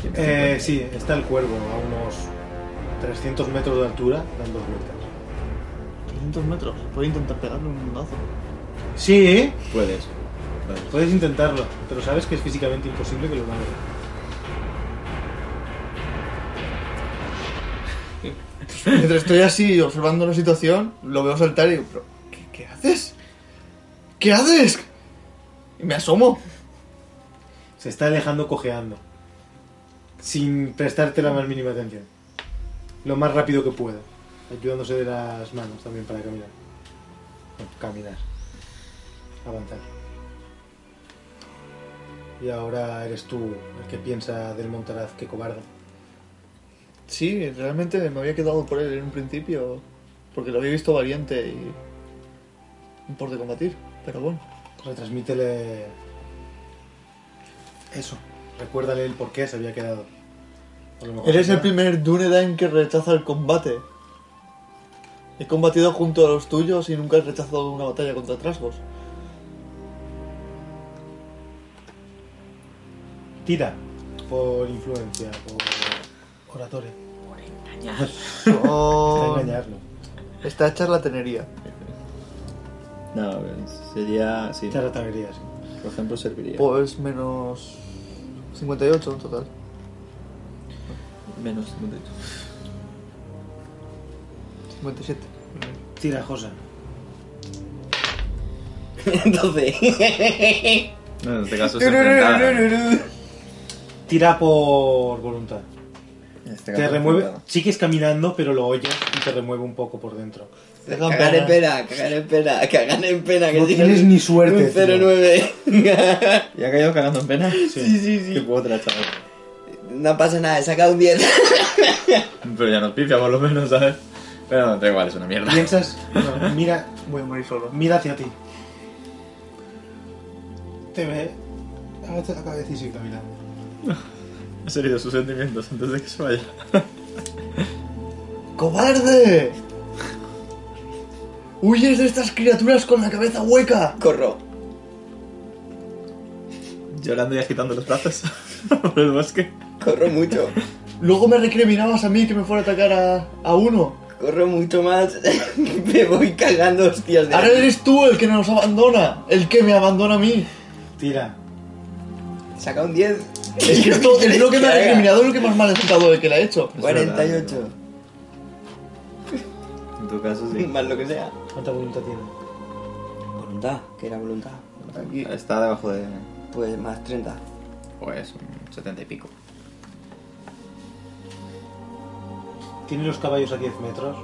150.
Eh, sí, está el cuervo a unos 300 metros de altura, dando vueltas.
300 metros. Puedo intentar pegarle un mundazo.
Sí,
Puedes. Vale.
Puedes intentarlo, pero sabes que es físicamente imposible que lo logres.
*laughs* Mientras estoy así observando la situación, lo veo saltar y digo, ¿Pero qué, qué haces? ¿Qué haces? Y me asomo.
Se está alejando cojeando, sin prestarte la más mínima atención. Lo más rápido que pueda, ayudándose de las manos también para caminar. Bueno, Caminar. Avanzar. Y ahora eres tú el que piensa del Montaraz que cobarde.
Sí, realmente me había quedado por él en un principio, porque lo había visto valiente y. por de combatir, pero bueno.
Retransmítele eso. Recuérdale el por qué se había quedado. A lo mejor
Eres
será-
el primer Dunedain que rechaza el combate. He combatido junto a los tuyos y nunca he rechazado una batalla contra Trasgos.
Tira por influencia, por oratoria.
Oh,
Para engañarlo.
esta charlatanería.
No, sería. Sí,
Charlatanería, sí.
por ejemplo, serviría.
Pues menos 58 en total.
Menos 58.
57.
Tira, Josa.
Entonces.
No, en este caso es
*laughs*
enfrentada.
Tira por voluntad.
En este caso
Te
es
remueve.
enfrentada.
Sigues caminando, pero lo oyes y te remueve un poco por dentro.
Dejan
Cagar en
pena.
pena, cagar en pena, cagar en pena. Que
No
sí,
tienes ni suerte,
Un
tío.
09.
¿Y ha caído cagando en pena?
Sí, sí, sí.
¿Qué puedo tratar?
No pasa nada, he sacado un 10.
Pero ya nos pifia, por lo menos, ¿sabes? Pero no, da igual, es una mierda.
Piensas. no, mira,
Voy a morir solo.
mira hacia ti. Te ve. Agacha la cabeza y sigue caminando.
Ha herido sus sentimientos antes de que se vaya.
¡Cobarde! ¡Huyes de estas criaturas con la cabeza hueca!
*laughs* Corro.
Llorando y agitando los brazos *laughs* por el bosque.
Corro mucho.
Luego me recriminabas a mí que me fuera a atacar a, a uno.
Corro mucho más. *laughs* Me voy cagando, hostias. De
Ahora eres tú el que nos abandona, el que me abandona a mí.
Tira.
Saca un 10.
Es
*laughs*
que esto es lo que
*laughs*
me ha
eh.
recriminado, es lo que más mal ha sentado el que la ha hecho.
48.
En tu caso, sí.
Más lo que sea.
¿Cuánta voluntad tiene?
Voluntad, que era voluntad.
Aquí.
Está debajo de.
Pues más 30.
Pues, un 70 y pico.
Tiene los caballos a 10 metros.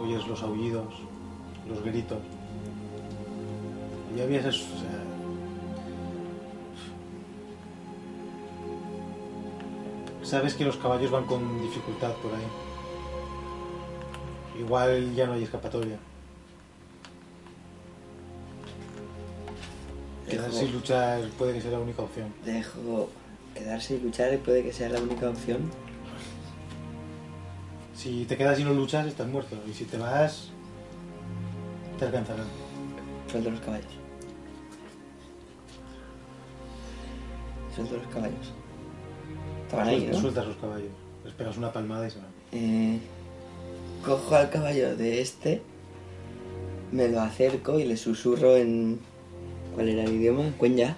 Oyes los aullidos, los gritos. Y ya habías. es- o sea, Sabes que los caballos van con dificultad por ahí. Igual ya no hay escapatoria. Quedarse sin luchar puede que sea la única opción.
Dejo quedarse y luchar puede que sea la única opción.
Si te quedas y no luchas, estás muerto. Y si te vas, te alcanzarán.
Suelto los caballos. Suelto los caballos. Estaban ahí,
Sueltas-
¿no?
Sueltas los caballos. Les pegas una palmada y se van.
Eh, cojo al caballo de este, me lo acerco y le susurro en. ¿Cuál era el idioma? Cuenya.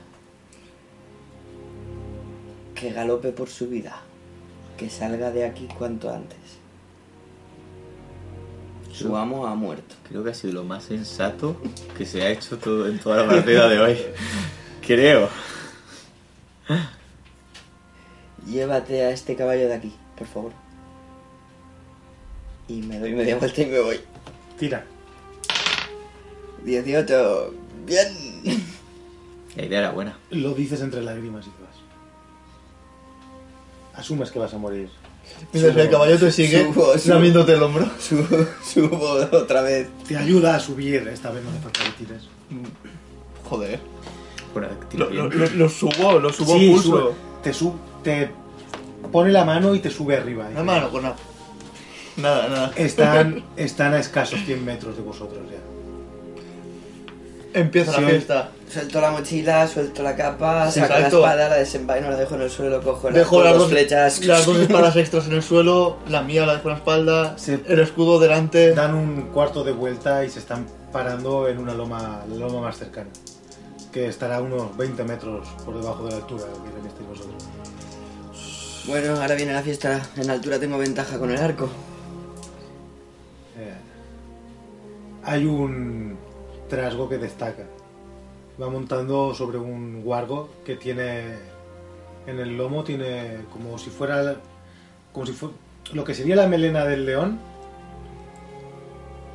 Que galope por su vida. Que salga de aquí cuanto antes. Su amo ha muerto.
Creo que ha sido lo más sensato que se ha hecho todo, en toda la partida de hoy. Creo.
Llévate a este caballo de aquí, por favor. Y me doy media vuelta y me voy.
Tira.
18. Bien. *laughs*
La idea era buena.
Lo dices entre lágrimas y te vas. Asumes que vas a morir.
Mientras el caballo te sigue,
Subo, subo.
lamiéndote el hombro.
Subo, subo otra vez.
Te ayuda a subir. Esta vez no hace falta que tires.
Joder.
Bueno, tiro
Lo,
bien.
lo- lo- lo subo, lo subo
Sí,
a pulso.
sube. Te, sub, te pone la mano y te sube arriba.
Una mano con nada. Nada, nada.
Están, están a escasos 100 metros de vosotros ya.
Empieza
Sí.
la fiesta.
Suelto la mochila, suelto la capa,
Sí,
saco
exacto.
la espada, la desenvaino, la dejo en el suelo, cojo las,
Dejo las
dos
dos,
flechas. *laughs*
las dos espadas extras en el suelo, la mía la dejo en la espalda,
Sí.
el escudo delante.
Dan un cuarto de vuelta y se están parando en una loma, la loma más cercana. que estará a unos 20 metros por debajo de la altura que revisteis vosotros.
Bueno, ahora viene la fiesta. En altura tengo ventaja con el arco.
Eh, hay un trasgo que destaca. Va montando sobre un guargo que tiene en el lomo tiene como si fuera como si fuera lo que sería la melena del león,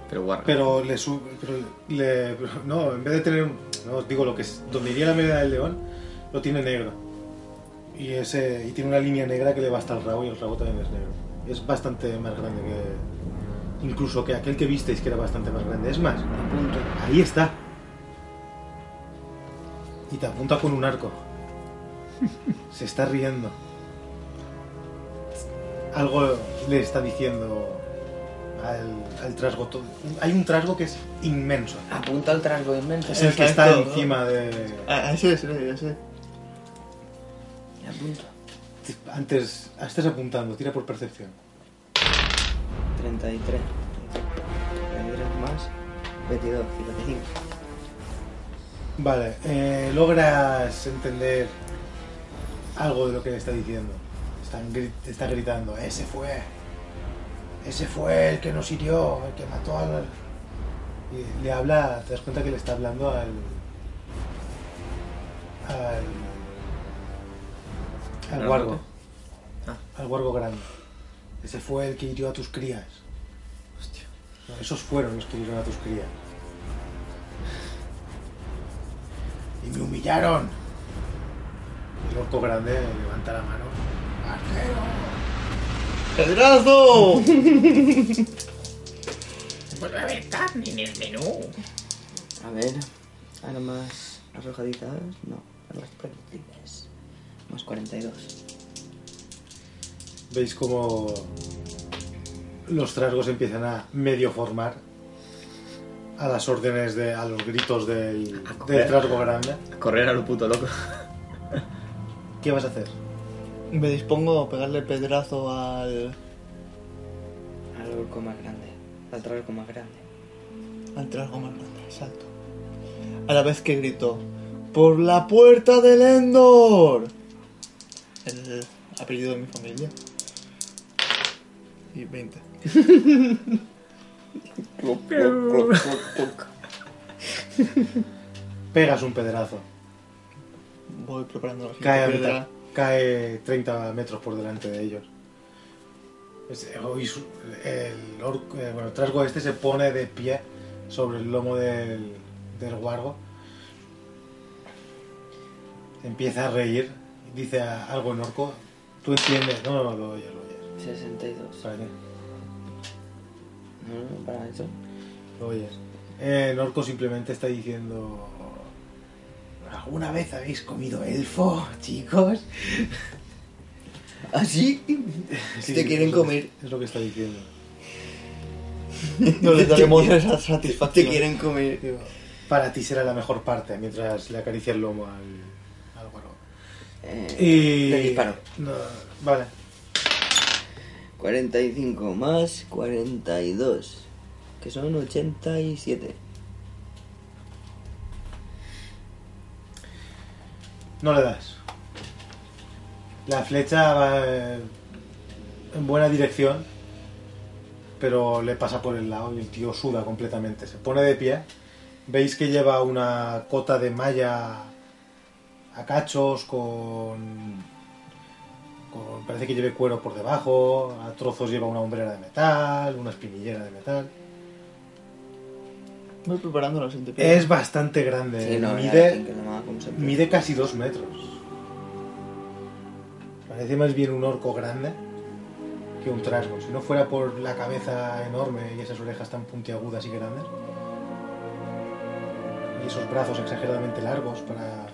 Pero guarda.
pero le su- pero le- no, en vez de tener un- no os digo lo que es donde iría la melena del león, lo tiene negro. Y ese y tiene una línea negra que le va hasta el rabo y el rabo también es negro. Es bastante más grande que incluso que aquel que visteis que era bastante más grande. Es más,
Punto.
Ahí está. Y te apunta con un arco. Se está riendo. Algo le está diciendo al, al trasgo. to- Hay un trasgo que es inmenso.
Apunta al trasgo inmenso.
Es el que está
Exacto, ¿no?
encima de...
Ah, ese, ese, ese.
Apunta.
Antes, estás apuntando, tira por percepción.
33. 33 más 22, 55.
Vale, eh, logras entender algo de lo que le está diciendo. Están gri- está gritando, ese fue. Ese fue el que nos hirió, el que mató al... Y le habla, te das cuenta que le está hablando al... Al... Al
¿Grandote?
guargo.
Ah.
Al guargo grande. Ese fue el que hirió a tus crías.
Hostia.
No, esos fueron los que hirieron a tus crías. Y me humillaron. El orco grande levanta la mano. ¡Arquero!
¡Pedrazo!
A ver, armas arrojadizadas. No, armas proyectiles. Más 42.
Veis como los trasgos empiezan a medio formar a las órdenes de. a los gritos del,
A comer.
del trasgo grande.
Correr a lo puto loco.
¿Qué vas a hacer?
Me dispongo a pegarle pedrazo al,
Al orco más grande. Al trasgo más grande.
al trasgo más grande, exacto. A la vez que grito, ¡Por la puerta del Endor! El apellido de mi familia. Y 20.
Pegas un pedrazo.
Voy preparando la siguiente
Cae, a
piedra.
mitad- cae 30 metros por delante de ellos. Es- oís- el, orco- eh, bueno, el trasgo este se pone de pie sobre el lomo del, del guargo. Empieza a reír. Dice a- algo en orco. Tú entiendes. No, no, no, lo oyes, lo oyes.
62.
Para qué,
No, no, para eso.
lo oyes. Eh, el orco simplemente está diciendo... ¿Alguna vez habéis comido elfo,
*laughs*
chicos?
¿Así?
Sí,
Te
sí,
quieren
es lo que-
comer.
Es lo que está diciendo.
*laughs* No les daremos esa satisfacción.
Te quieren comer.
Digo, para ti será la mejor parte mientras le acaricia el lomo al, al guargo.
Eh,
Y.
le disparo.
No, vale.
45 más 42. Que son 87.
No le das. La flecha va eh, en buena dirección, pero le pasa por el lado y el tío suda completamente. Se pone de pie. Veis que lleva una cota de malla a cachos con. con- parece que lleve cuero por debajo. A trozos lleva una hombrera de metal, una espinillera de metal.
Voy preparando la siguiente piedra.
Es bastante grande.
Eh, Sí, no, eh,
Eh,
ya
mide,
tengo que tomar como siempre.
Mide casi dos metros. Parece más bien un orco grande que un trasgo. Si no fuera por la cabeza enorme y esas orejas tan puntiagudas y grandes. Y esos brazos exageradamente largos para...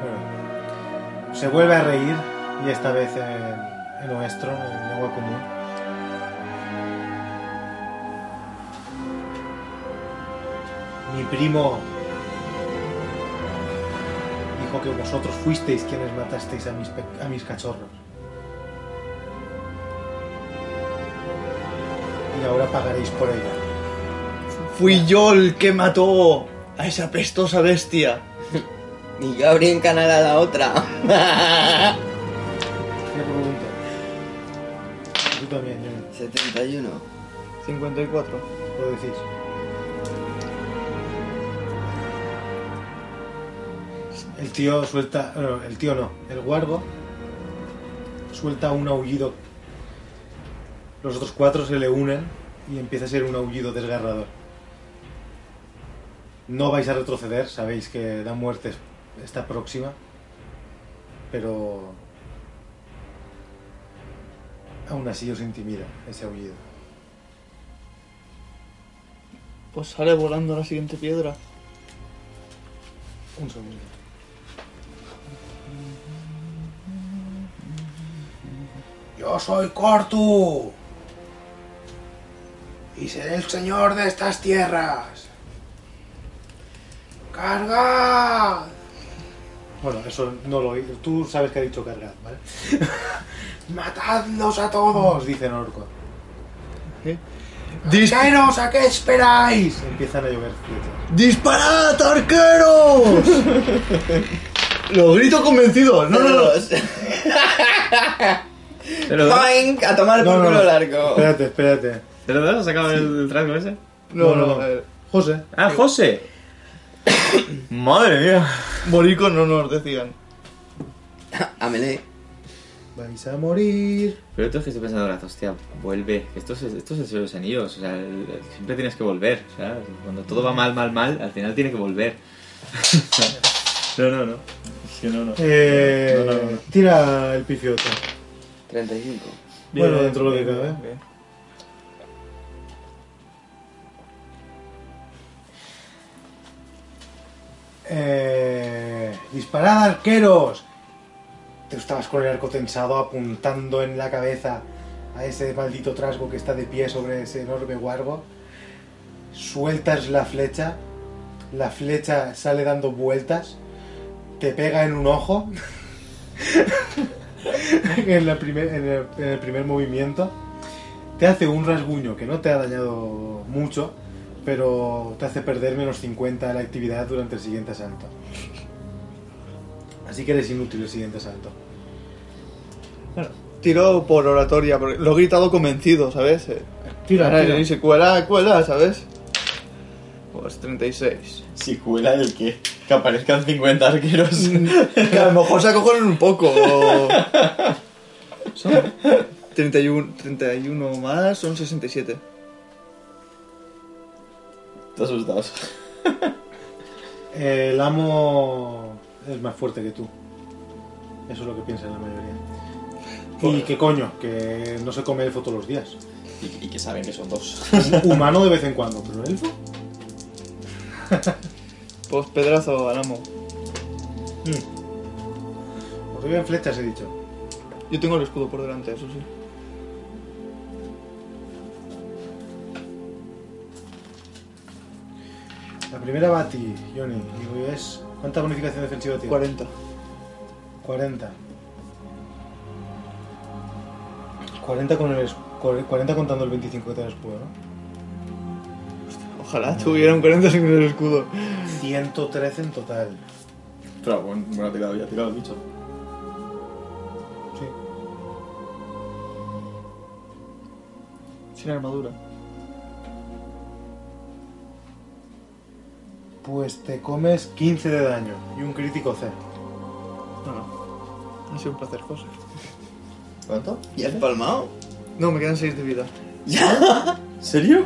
Bueno. Se vuelve a reír y esta vez en, en nuestro, en lengua común. Mi primo dijo que vosotros fuisteis quienes matasteis a mis, pe- a mis cachorros. Y ahora pagaréis por ella.
Fui yo el que mató a esa apestosa bestia.
Y yo abrí en canal a la otra.
¿Qué pregunta? Tú también, Johnny.
71.
54.
Lo decís. El tío suelta. No, el tío no. El guargo suelta un aullido. Los otros cuatro se le unen y empieza a ser un aullido desgarrador. No vais a retroceder, sabéis que la muerte está próxima. Pero. Aún así os intimida ese aullido.
Pues sale volando la siguiente piedra.
Un segundo. Yo soy Cortu. Y seré el señor de estas tierras. ¡Cargad! Bueno, eso no lo oí. Tú sabes que ha dicho cargad, ¿vale? *laughs* ¡Matadlos a todos! Dicen orco.
¿Eh?
¡Discaeros! ¿A qué esperáis? Empiezan a llover flechas.
¡Disparad,
*laughs*
arqueros! Lo grito convencido. No, no, no.
Dos.
¿Te lo das?
Boing, A tomar por culo el arco.
Espérate, espérate.
¿Te lo das? ¿Has sacado el trasgo ese?
No, no, no. eh,
José.
¡Ah, José! *coughs* ¡Madre mía!
Morico no nos decían.
A melee.
Vais a morir.
Pero tú es que estoy pensando ahora, hostia, vuelve. Esto es, esto es el Señor de los anillos, o sea, el- el- siempre tienes que volver, o sea, cuando todo va mal, mal, mal, al final tiene que volver. no, no, no. Es que no, no.
Eh,
No, no, no.
Tira el pifiote.
35.
Bueno, dentro de lo que cabe.
bien.
Eh, disparad arqueros. Tú estabas con el arco tensado apuntando en la cabeza a ese maldito trasgo que está de pie sobre ese enorme guargo. Sueltas la flecha. La flecha sale dando vueltas. Te pega en un ojo. *laughs* en, la primer- en el, en el primer movimiento. Te hace un rasguño que no te ha dañado mucho, pero te hace perder menos 50 la actividad durante el siguiente asalto. Así que eres inútil el siguiente asalto.
Bueno, tiro por oratoria, porque lo he gritado convencido, ¿sabes? Eh,
Tira,
ahora
tira.
le dice, cuela, cuela, ¿sabes? Pues 36.
Si cuela el que, que aparezcan 50 *laughs* arqueros.
Que *laughs* a lo mejor se acojonan un poco. o- Son 31, 31 más, son 67.
Estás asustados.
El amo es más fuerte que tú. Eso es lo que piensa la mayoría. Y que coño, que no se come elfo todos los días.
Y, y que saben que son dos.
Humano de vez en cuando, pero elfo.
Pues pedrazo al amo.
Os doy en flechas, he dicho.
Yo tengo el escudo por delante, eso sí.
La primera va a ti, Johnny. Digo, es. ¿Cuánta bonificación defensiva tiene?
40.
40. 40 con el es- cuare- 40 contando el 25 que te da el escudo, ¿no?
Ojalá tuviera un 40 sin el escudo.
113 en total.
Pero bueno, bueno, ha tirado, ya ha tirado el bicho.
Sí.
Sin armadura.
Pues te comes 15 de daño y un crítico C.
No, no. Ha sido un placer, José.
¿Cuánto?
¿Y has palmado?
No, me quedan 6 de vida.
¿Serio?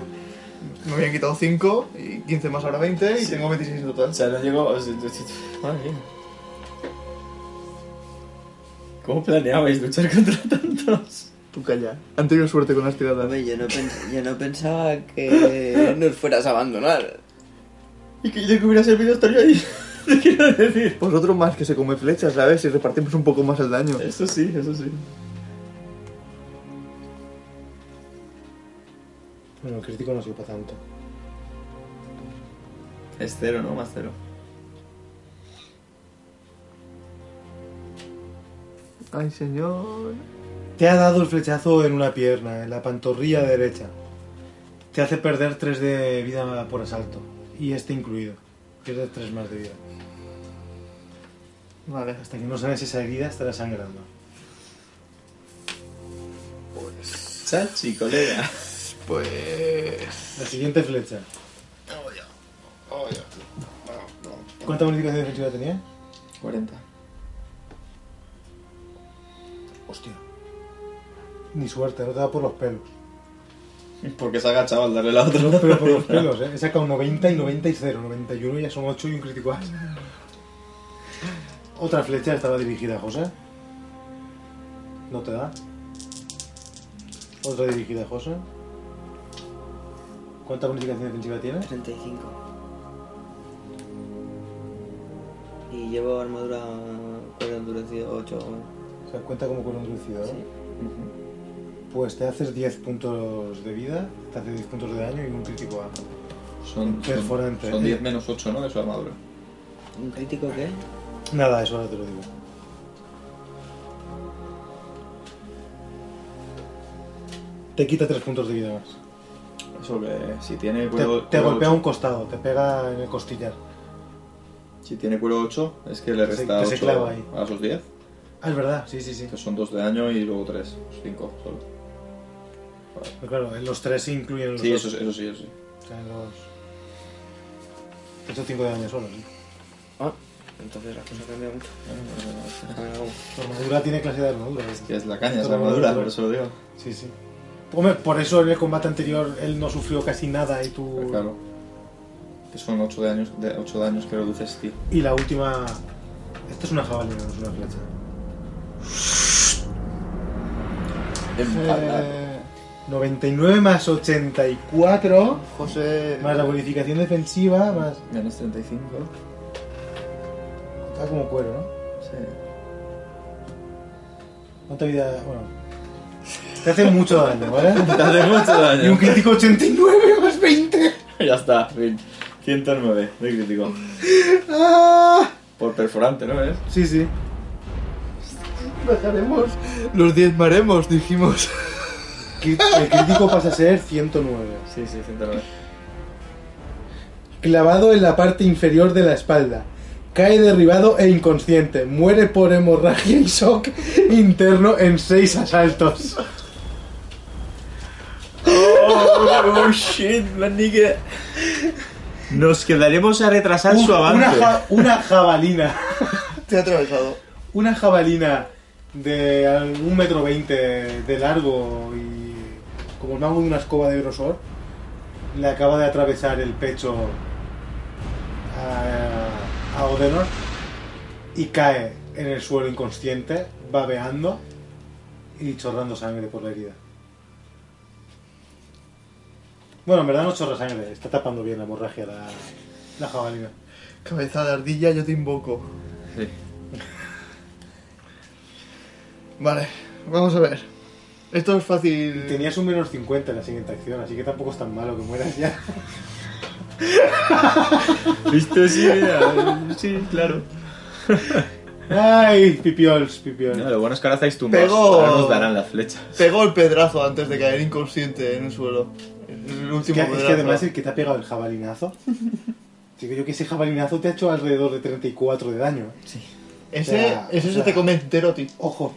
Me habían quitado 5 y 15 más ahora 20 y
Sí.
tengo 26 en
O
total.
sea, no llegó. o sea, t- t- t- Madre mía. ¿Cómo planeabais luchar contra tantos?
Tú calla. Han tenido suerte con las tiradas.
*laughs*
Hombre, yo no, pens- yo no pensaba *laughs* que nos fueras a abandonar.
¿Y que de qué hubiera servido estar yo ahí? Te quiero decir.
Vosotros más que se come flechas, ¿sabes? Si repartimos un poco más el daño.
Eso sí, eso sí.
Bueno, el crítico no sirve para tanto.
Es cero, ¿no? Más cero.
Ay, señor.
Te ha dado el flechazo en una pierna, en la pantorrilla derecha. Te hace perder 3 de vida por asalto. Y este incluido. Pierdes 3 más de vida.
Vale.
Hasta que no sanes esa herida estará sangrando.
Chachi, colega.
Pues.
La siguiente flecha. ¿Cuánta bonificación defensiva tenía?
40.
Hostia. Ni suerte, no te da por los pelos.
Porque se ha agachado al darle la
No,
otra.
pero por los pelos, ¿eh? He sacado 90 y 90 y 0. 91 ya son 8 y un crítico as. Otra flecha estaba dirigida a José. No te da. Otra dirigida a José. ¿Cuánta bonificación defensiva tiene?
35. Y llevo armadura cuerda endurecido 8.
O sea, cuenta como con un reducido, ¿no?
Sí.
Ujú.
Pues te haces 10 puntos de vida, te haces 10 puntos de daño y un crítico A.
Son, son,
Perforante.
son 10 menos 8, ¿no? De su armadura.
¿Un crítico qué?
Nada, eso ahora te lo digo. Te quita 3 puntos de vida más.
Eso que si tiene
Te,
cuero.
te
cuero
golpea
ocho-
un costado, te pega en el costillar.
Si tiene cuero 8, es que le
Que se-
resta
que se
8
clava ahí.
a sus 10.
Ah, es verdad, sí, sí, sí.
Que son 2 de daño y luego 3. 5 solo.
Pero claro, en los 3 se incluyen los
Sí,
dos.
eso, eso sí, eso sí.
O sea, en los... Eso 5 de daño solo, sí.
Ah, entonces las cosas cambian mucho. Ah, A ver, vamos.
Tu armadura tiene clase de armadura. ¿eh?
Que es la caña, es
Todo
la armadura,
armadura.
por eso lo digo.
Sí, sí. Hombre, por eso en el combate anterior él no sufrió casi nada y tú...
Pero claro. Que son 8 daños, de 8 daños que reduces, tío.
Y la última... Esta es una jabalina, no es una flecha.
Eh,
99 más 84,
José.
más la bonificación defensiva, más...
Menos 35.
Está como cuero, ¿no?
Sí.
¿Cuánta vida...? Bueno... Te hace mucho daño, ¿vale?
*laughs* Te hace mucho
Y un
daño.
crítico 89 más 20.
ya está, fin. 109 de *laughs* crítico.
¡Ah!
Por perforante, ¿no ves?
Sí, sí.
Bajaremos. Los diezmaremos, dijimos.
Cri- El crítico pasa a ser 109.
Sí, sí, 109.
Clavado en la parte inferior de la espalda. Cae derribado e inconsciente. Muere por hemorragia y shock interno en 6 asaltos.
*laughs* Oh, shit, la nigga. Nos quedaremos a retrasar su
Un- Una,
avance.
ja- una jabalina.
Te ha atravesado.
Una jabalina de algún metro veinte de largo y como el mango de una escoba de grosor, le acaba de atravesar el pecho a, a Odenor y cae en el suelo inconsciente, babeando y chorrando sangre por la herida. Bueno, en verdad no chorra sangre, está tapando bien la hemorragia la, la jabalina.
Cabeza de ardilla, yo te invoco.
Sí.
Vale, vamos a ver. Esto es fácil.
Tenías un menos 50 en la siguiente acción, así que tampoco es tan malo que mueras ya.
¿Viste? Sí, mira, Sí, claro.
Ay, pipiols, pipiols.
No, lo bueno es que ahora estáis tumbados.
Pegó.
Ahora nos darán las flechas.
Pegó el pedrazo antes de caer inconsciente en el suelo. El
es,
último
que, es que
pedrazo.
además el que te ha pegado el
*laughs*
jabalinazo. Digo yo que ese jabalinazo te ha hecho alrededor de 34 de daño.
Ese,
o sea,
ese
o
se
sea-
te come entero, tío.
Ojo.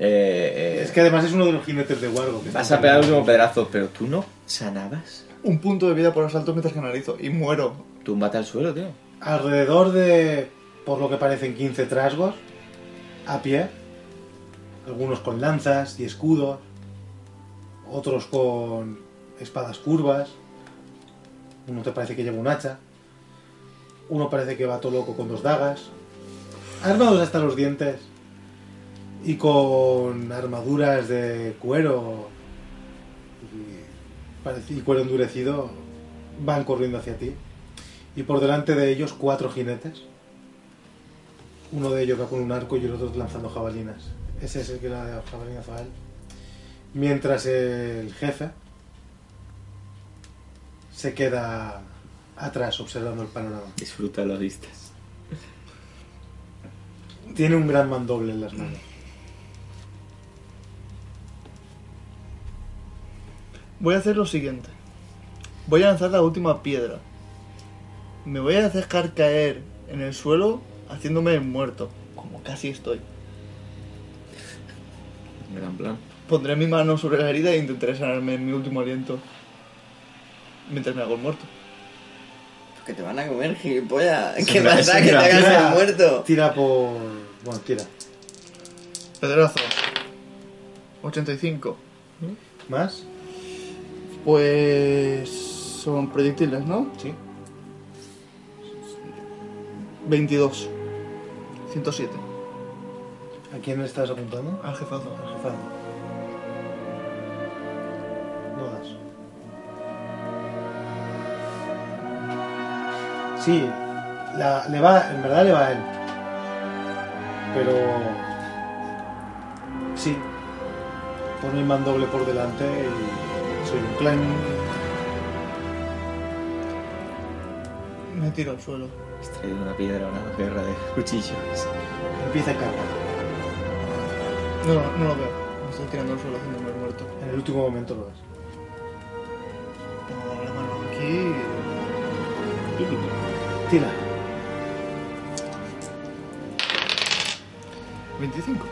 Eh, eh,
Es que además es uno de los jinetes de Wargo. que
Vas
está
a pegar el
pegando.
último pedazo, pero tú no sanabas.
Un punto de vida por asalto mientras canalizo. Y muero.
Túmbate al suelo, tío.
Alrededor de, por lo que parecen 15 trasgos, a pie. Algunos con lanzas y escudos. Otros con espadas curvas. Uno te parece que lleva un hacha. Uno parece que va todo loco con dos dagas. Armados hasta los dientes. Y con armaduras de cuero y, parece- y cuero endurecido van corriendo hacia ti. Y por delante de ellos cuatro jinetes. Uno de ellos va con un arco y el otro lanzando jabalinas. Ese es el que la jabalina a él. Mientras el jefe se queda atrás observando el panorama.
Disfruta las vistas.
Tiene un gran mandoble en las manos.
Voy a hacer lo siguiente. Voy a lanzar la última piedra.
me voy a dejar caer en el suelo haciéndome el muerto, como casi estoy.
Gran plan.
Pondré mi mano sobre la herida e intentaré sanarme en mi último aliento. Mientras me hago el muerto.
Que te van a comer, gilipollas.
Es
¿Qué
una-
pasa?
es
Que te
una
hagas el
Tira-
muerto.
Tira por. Bueno, tira.
Pedrazo. 85.
¿Más?
Pues son proyectiles, ¿no?
Sí.
22. 107.
¿A quién le estás apuntando?
Al jefazo.
Al jefazo. No das. Sí, la- le va, en verdad le va a él. Pero. Sí. Pon el mandoble por delante y soy un clan.
Me tiro al suelo.
Has traído una piedra, una guerra de cuchillos. *laughs*
Empieza a cargar.
No, no lo veo. Me estoy tirando al suelo haciéndome el muerto.
En el último momento lo ves.
Pongo la mano aquí.
Tira.
25.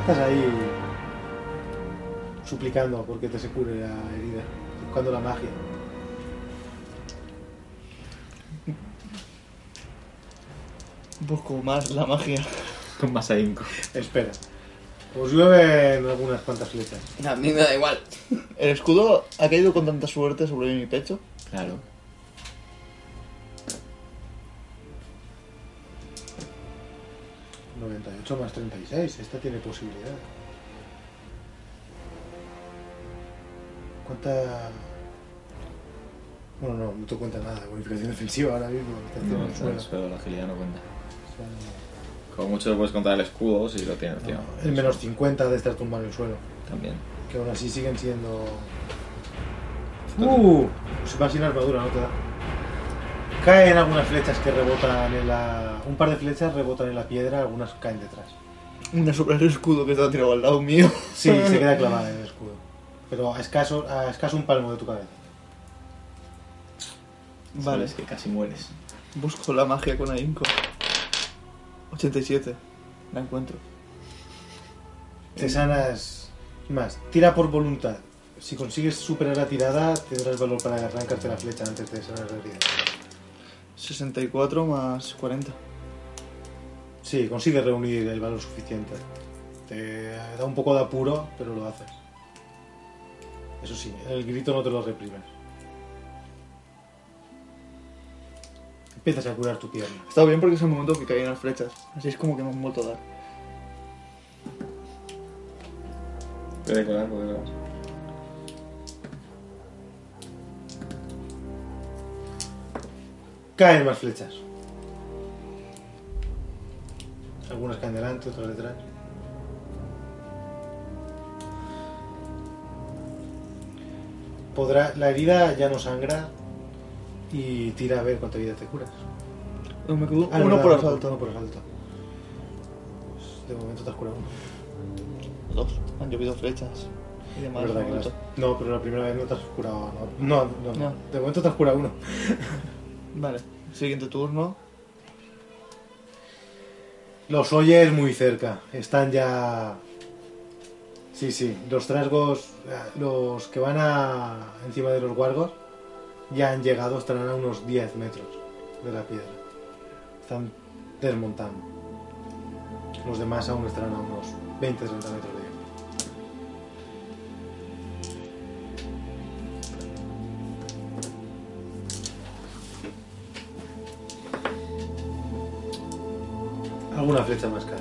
Estás ahí suplicando porque te se cure la herida, buscando la magia.
Busco más la magia.
Con más ahínco.
Espera. Os llueven algunas cuantas flechas.
A mí me da igual.
El escudo ha caído con tanta suerte sobre mi pecho.
Claro.
¿no? 98 más 36. Esta tiene posibilidad. ¿Cuánta...? Bueno, no, no te cuenta nada. Bonificación defensiva ahora mismo. Estás en
No,
el
está en
suelo.
el
O
suelo, la agilidad no cuenta.
sea,
Como mucho le puedes contar el escudo si lo tienes, tío.
no, el menos 50 de estar tumbado en el suelo.
También.
Que aún así siguen siendo. Uh, se va sin armadura, no te da. Caen algunas flechas que rebotan en la. Un par de flechas rebotan en la piedra, algunas caen detrás.
Una sobre el escudo que está tirado al lado mío.
Sí, se queda clavada en el escudo. Pero a escaso, a escaso un palmo de tu cabeza.
Vale.
Es que casi mueres.
Busco la magia con ahínco. 87. La encuentro.
Te sanas. Más, tira por voluntad. Si consigues superar la tirada, tendrás valor para arrancarte la flecha antes de sanar la herida.
64 más 40.
Sí, consigues reunir el valor suficiente. Te da un poco de apuro, pero lo haces. Eso sí, el grito no te lo reprimes. Empiezas a curar tu pierna.
Está bien porque es el momento que caían las flechas. Así es como que me han vuelto a dar.
Puede colar, puede colar.
Caen más flechas. Algunas caen delante, otras detrás. Podrá, la herida ya no sangra y tira a ver cuánta vida te curas.
No, me quedo
Ah,
uno
verdad,
por
uno
asalto.
Uno por asalto. Pues de momento te has curado uno.
Dos. Han llovido flechas. Y demás.
Es verdad
me
que
han
las-
vuelto.
No, pero la primera vez no te has curado. No, no, no, no.
No.
De momento te has curado uno.
Vale. Siguiente turno.
Los oyes muy cerca. Están ya. Sí, sí. Los trasgos, eh, los que van a encima de los guargos, ya han llegado, estarán a unos 10 metros de la piedra. Están desmontando. Los demás aún estarán a unos 20-30 metros de ellos. Alguna flecha más cara.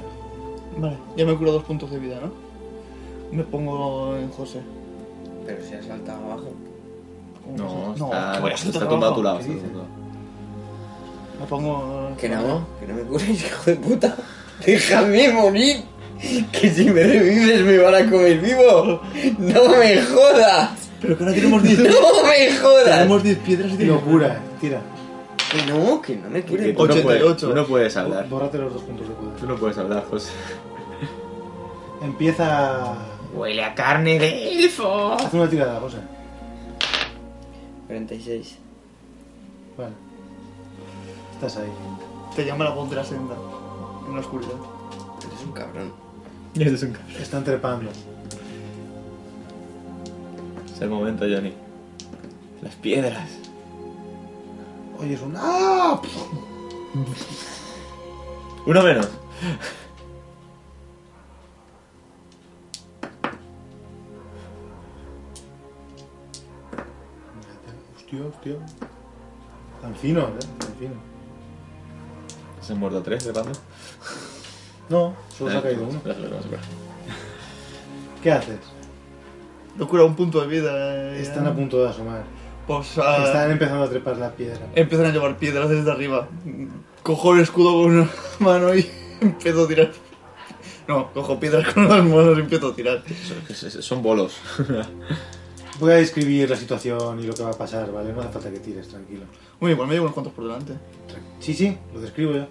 Vale. Ya me curo dos puntos de vida, ¿no? Me pongo en José.
Pero si has saltado abajo.
No,
no.
está,
voy a
está
saltar
tumbado a
abajo.
tu lado.
¿Qué
está
dices?
tumbado a tu lado.
Me pongo.
Que no, que no me cures, *laughs* hijo de puta. Déjame morir. Que si me revives me van a comer vivo. No me jodas.
Pero que ahora tenemos
*laughs*
10
No me jodas.
Tenemos 10 piedras y
Qué
tenemos.
locura, eh, tira.
Que no, que no me
Porque
cures.
tú no puedes-
88.
Tú no puedes hablar.
Bórrate los dos puntos de
Tú
poder.
no puedes hablar, José.
Empieza.
Huele a carne de elfo.
Haz una tirada, José.
46.
Vale. Estás ahí.
Te llama la voz de la senda. En la oscuridad.
Eres un cabrón.
Ese es un cabrón.
Están trepando.
Es el momento, Johnny. Las piedras.
Oyes un ¡Ah!
Uno menos.
Hostia, hostia. Tan fino, ¿eh? Tan fino.
Se han muerto tres de panda.
No, solo se ha caído uno. ¿Qué haces?
Locura, un punto de vida. eh,
Están a punto de asomar.
Pues, ah,
Están empezando a trepar la piedra.
Empiezan a llevar piedras desde arriba. Cojo el escudo con una *laughs* mano y empiezo a tirar. No, cojo piedras con las manos y empiezo a tirar.
Son bolos.
Voy a describir la situación y lo que va a pasar, ¿vale? No hace falta que tires, tranquilo.
Muy igual, me llevo unos cuantos por delante.
Sí, sí, lo describo yo.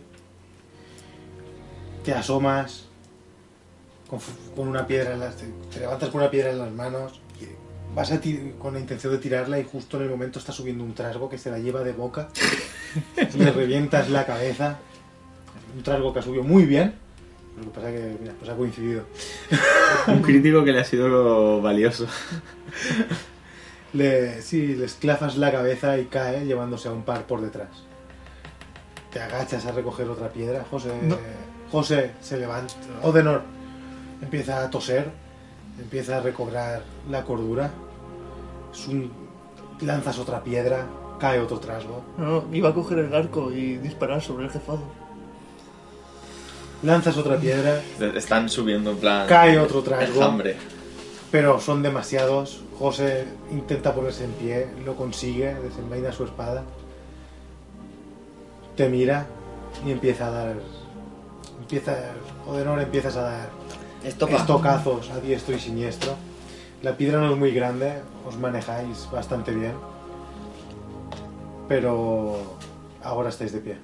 Te asomas con, f- con una piedra en las... Te, te levantas con una piedra en las manos y vas a ti- con la intención de tirarla y justo en el momento está subiendo un trasgo que se la lleva de boca y le revientas la cabeza. Un trasgo que ha subido muy bien. Lo que pasa que, mira, pues ha coincidido.
Un crítico que le ha sido valioso.
Le, sí, le esclafas la cabeza y cae llevándose a un par por detrás. Te agachas a recoger otra piedra. José,
No.
José se levanta. Odenor empieza a toser, empieza a recobrar la cordura. Es un- lanzas otra piedra, cae otro trasgo.
No, no, iba a coger el arco y disparar sobre el jefazo.
Lanzas otra piedra,
Están subiendo en plan.
Cae otro trasgo.
Hambre.
pero son demasiados. José intenta ponerse en pie, lo consigue, desenvaina su espada, te mira y empieza a dar. Empieza, Odenor, empiezas a dar
Estopa.
estocazos a diestro y siniestro. La piedra no es muy grande, os manejáis bastante bien, pero ahora estáis de pie.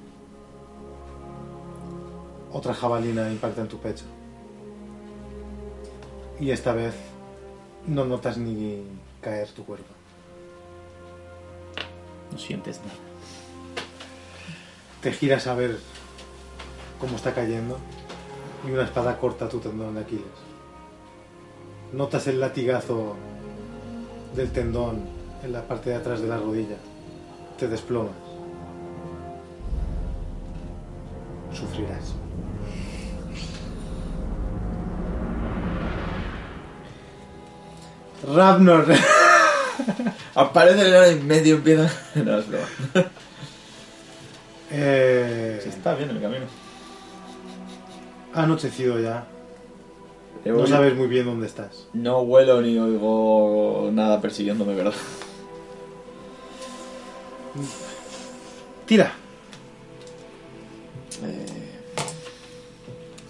Otra jabalina impacta en tu pecho. Y esta vez no notas ni caer tu cuerpo.
No sientes nada.
Te giras a ver cómo está cayendo y una espada corta tu tendón de Aquiles. Notas el latigazo del tendón en la parte de atrás de la rodilla. Te desplomas. Sufrirás. Ravnor.
Aparece el enano en medio, empieza. *laughs* No, es broma.
*laughs* Eh,
Se está bien el camino.
ha anochecido ya. No sabes muy bien dónde estás.
No huelo ni oigo nada persiguiéndome, ¿verdad?
Tira.
Eh,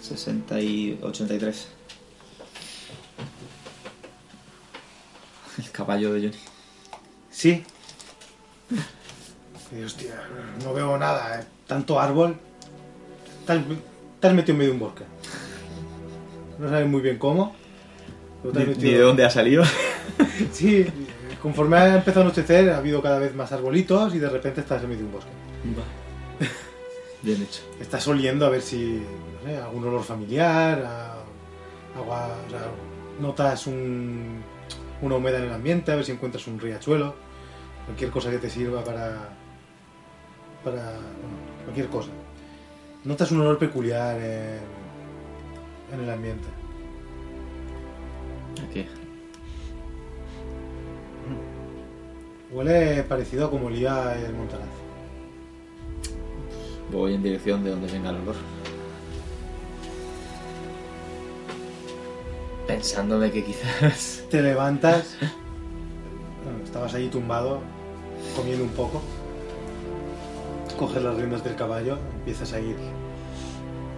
60 y 83. El caballo de Johnny.
Sí. Y, hostia, no veo nada, ¿eh? Tanto árbol. Estás, estás metido en medio de un bosque. No sabes muy bien cómo. pero te has
Ni, ni
metido-
de dónde ha salido.
Sí, conforme ha empezado a anochecer, ha habido cada vez más arbolitos y de repente estás en medio de un bosque.
Bien hecho.
Estás oliendo a ver si. No sé, algún olor familiar, a- agua. o sea, notas un- una humedad en el ambiente, a ver si encuentras un riachuelo, cualquier cosa que te sirva para. para. bueno, cualquier cosa. Notas un olor peculiar en, en el ambiente.
Aquí.
Huele parecido a como olía el Montaraz.
Voy en dirección de donde venga el olor. Pensando de que quizás. *laughs*
Te levantas. bueno, estabas ahí tumbado, comiendo un poco. Coges las riendas del caballo, empiezas a ir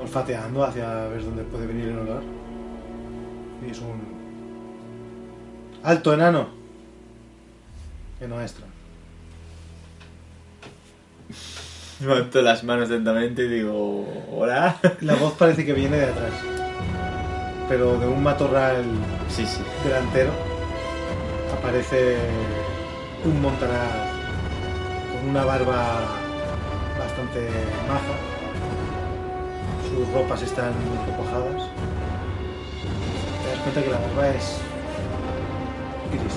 olfateando hacia ver dónde puede venir el olor. Y es un. ¡Alto, enano! Que no extra.
Levanto las manos lentamente y digo. ¡Hola!
La voz parece que viene de atrás, pero de un matorral
Sí, sí.
delantero aparece un montaraz con una barba bastante maja. Sus ropas están un poco hojadas. Te das cuenta que la barba es gris.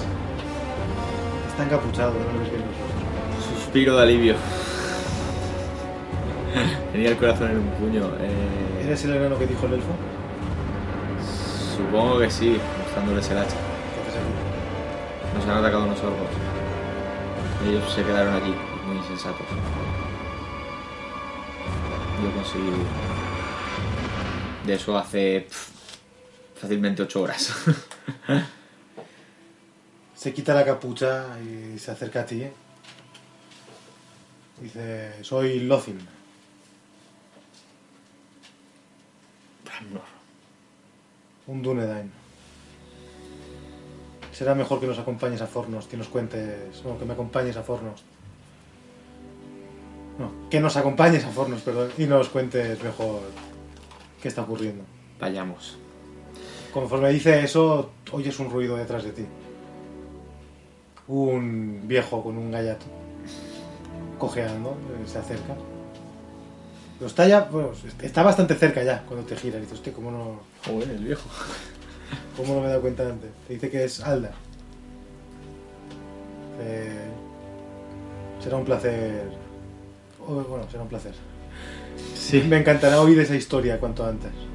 Está encapuchado, no les bien los rostros.
Suspiro de alivio. *laughs* Tenía el corazón en un puño. eh,
¿Eres el enano que dijo el elfo?
Supongo que sí, mostrándoles el hacha.
Entonces aquí.
Nos han atacado unos orcos. Ellos se quedaron allí, muy insensatos. Yo conseguí huir. De eso hace pf, fácilmente 8 horas. *laughs*
Se quita la capucha y se acerca a ti. Dice, soy Lothin.
Ramnor.
Un Dunedain. Será mejor que nos acompañes a Fornos, que nos cuentes. No, que me acompañes a Fornos. No, que nos acompañes a Fornos, perdón, y nos cuentes mejor qué está ocurriendo.
Vayamos.
Conforme dice eso, oyes un ruido detrás de ti. Un viejo con un gallato cojeando eh, se acerca. Pero está ya, bueno, está bastante cerca ya cuando te giras. Dices, hostia, cómo no,
Joder, el viejo.
¿Cómo no me he dado cuenta antes? Te dice que es Alda. Eh, será un placer. o- Bueno, será un placer.
Sí.
Me encantará oír esa historia cuanto antes.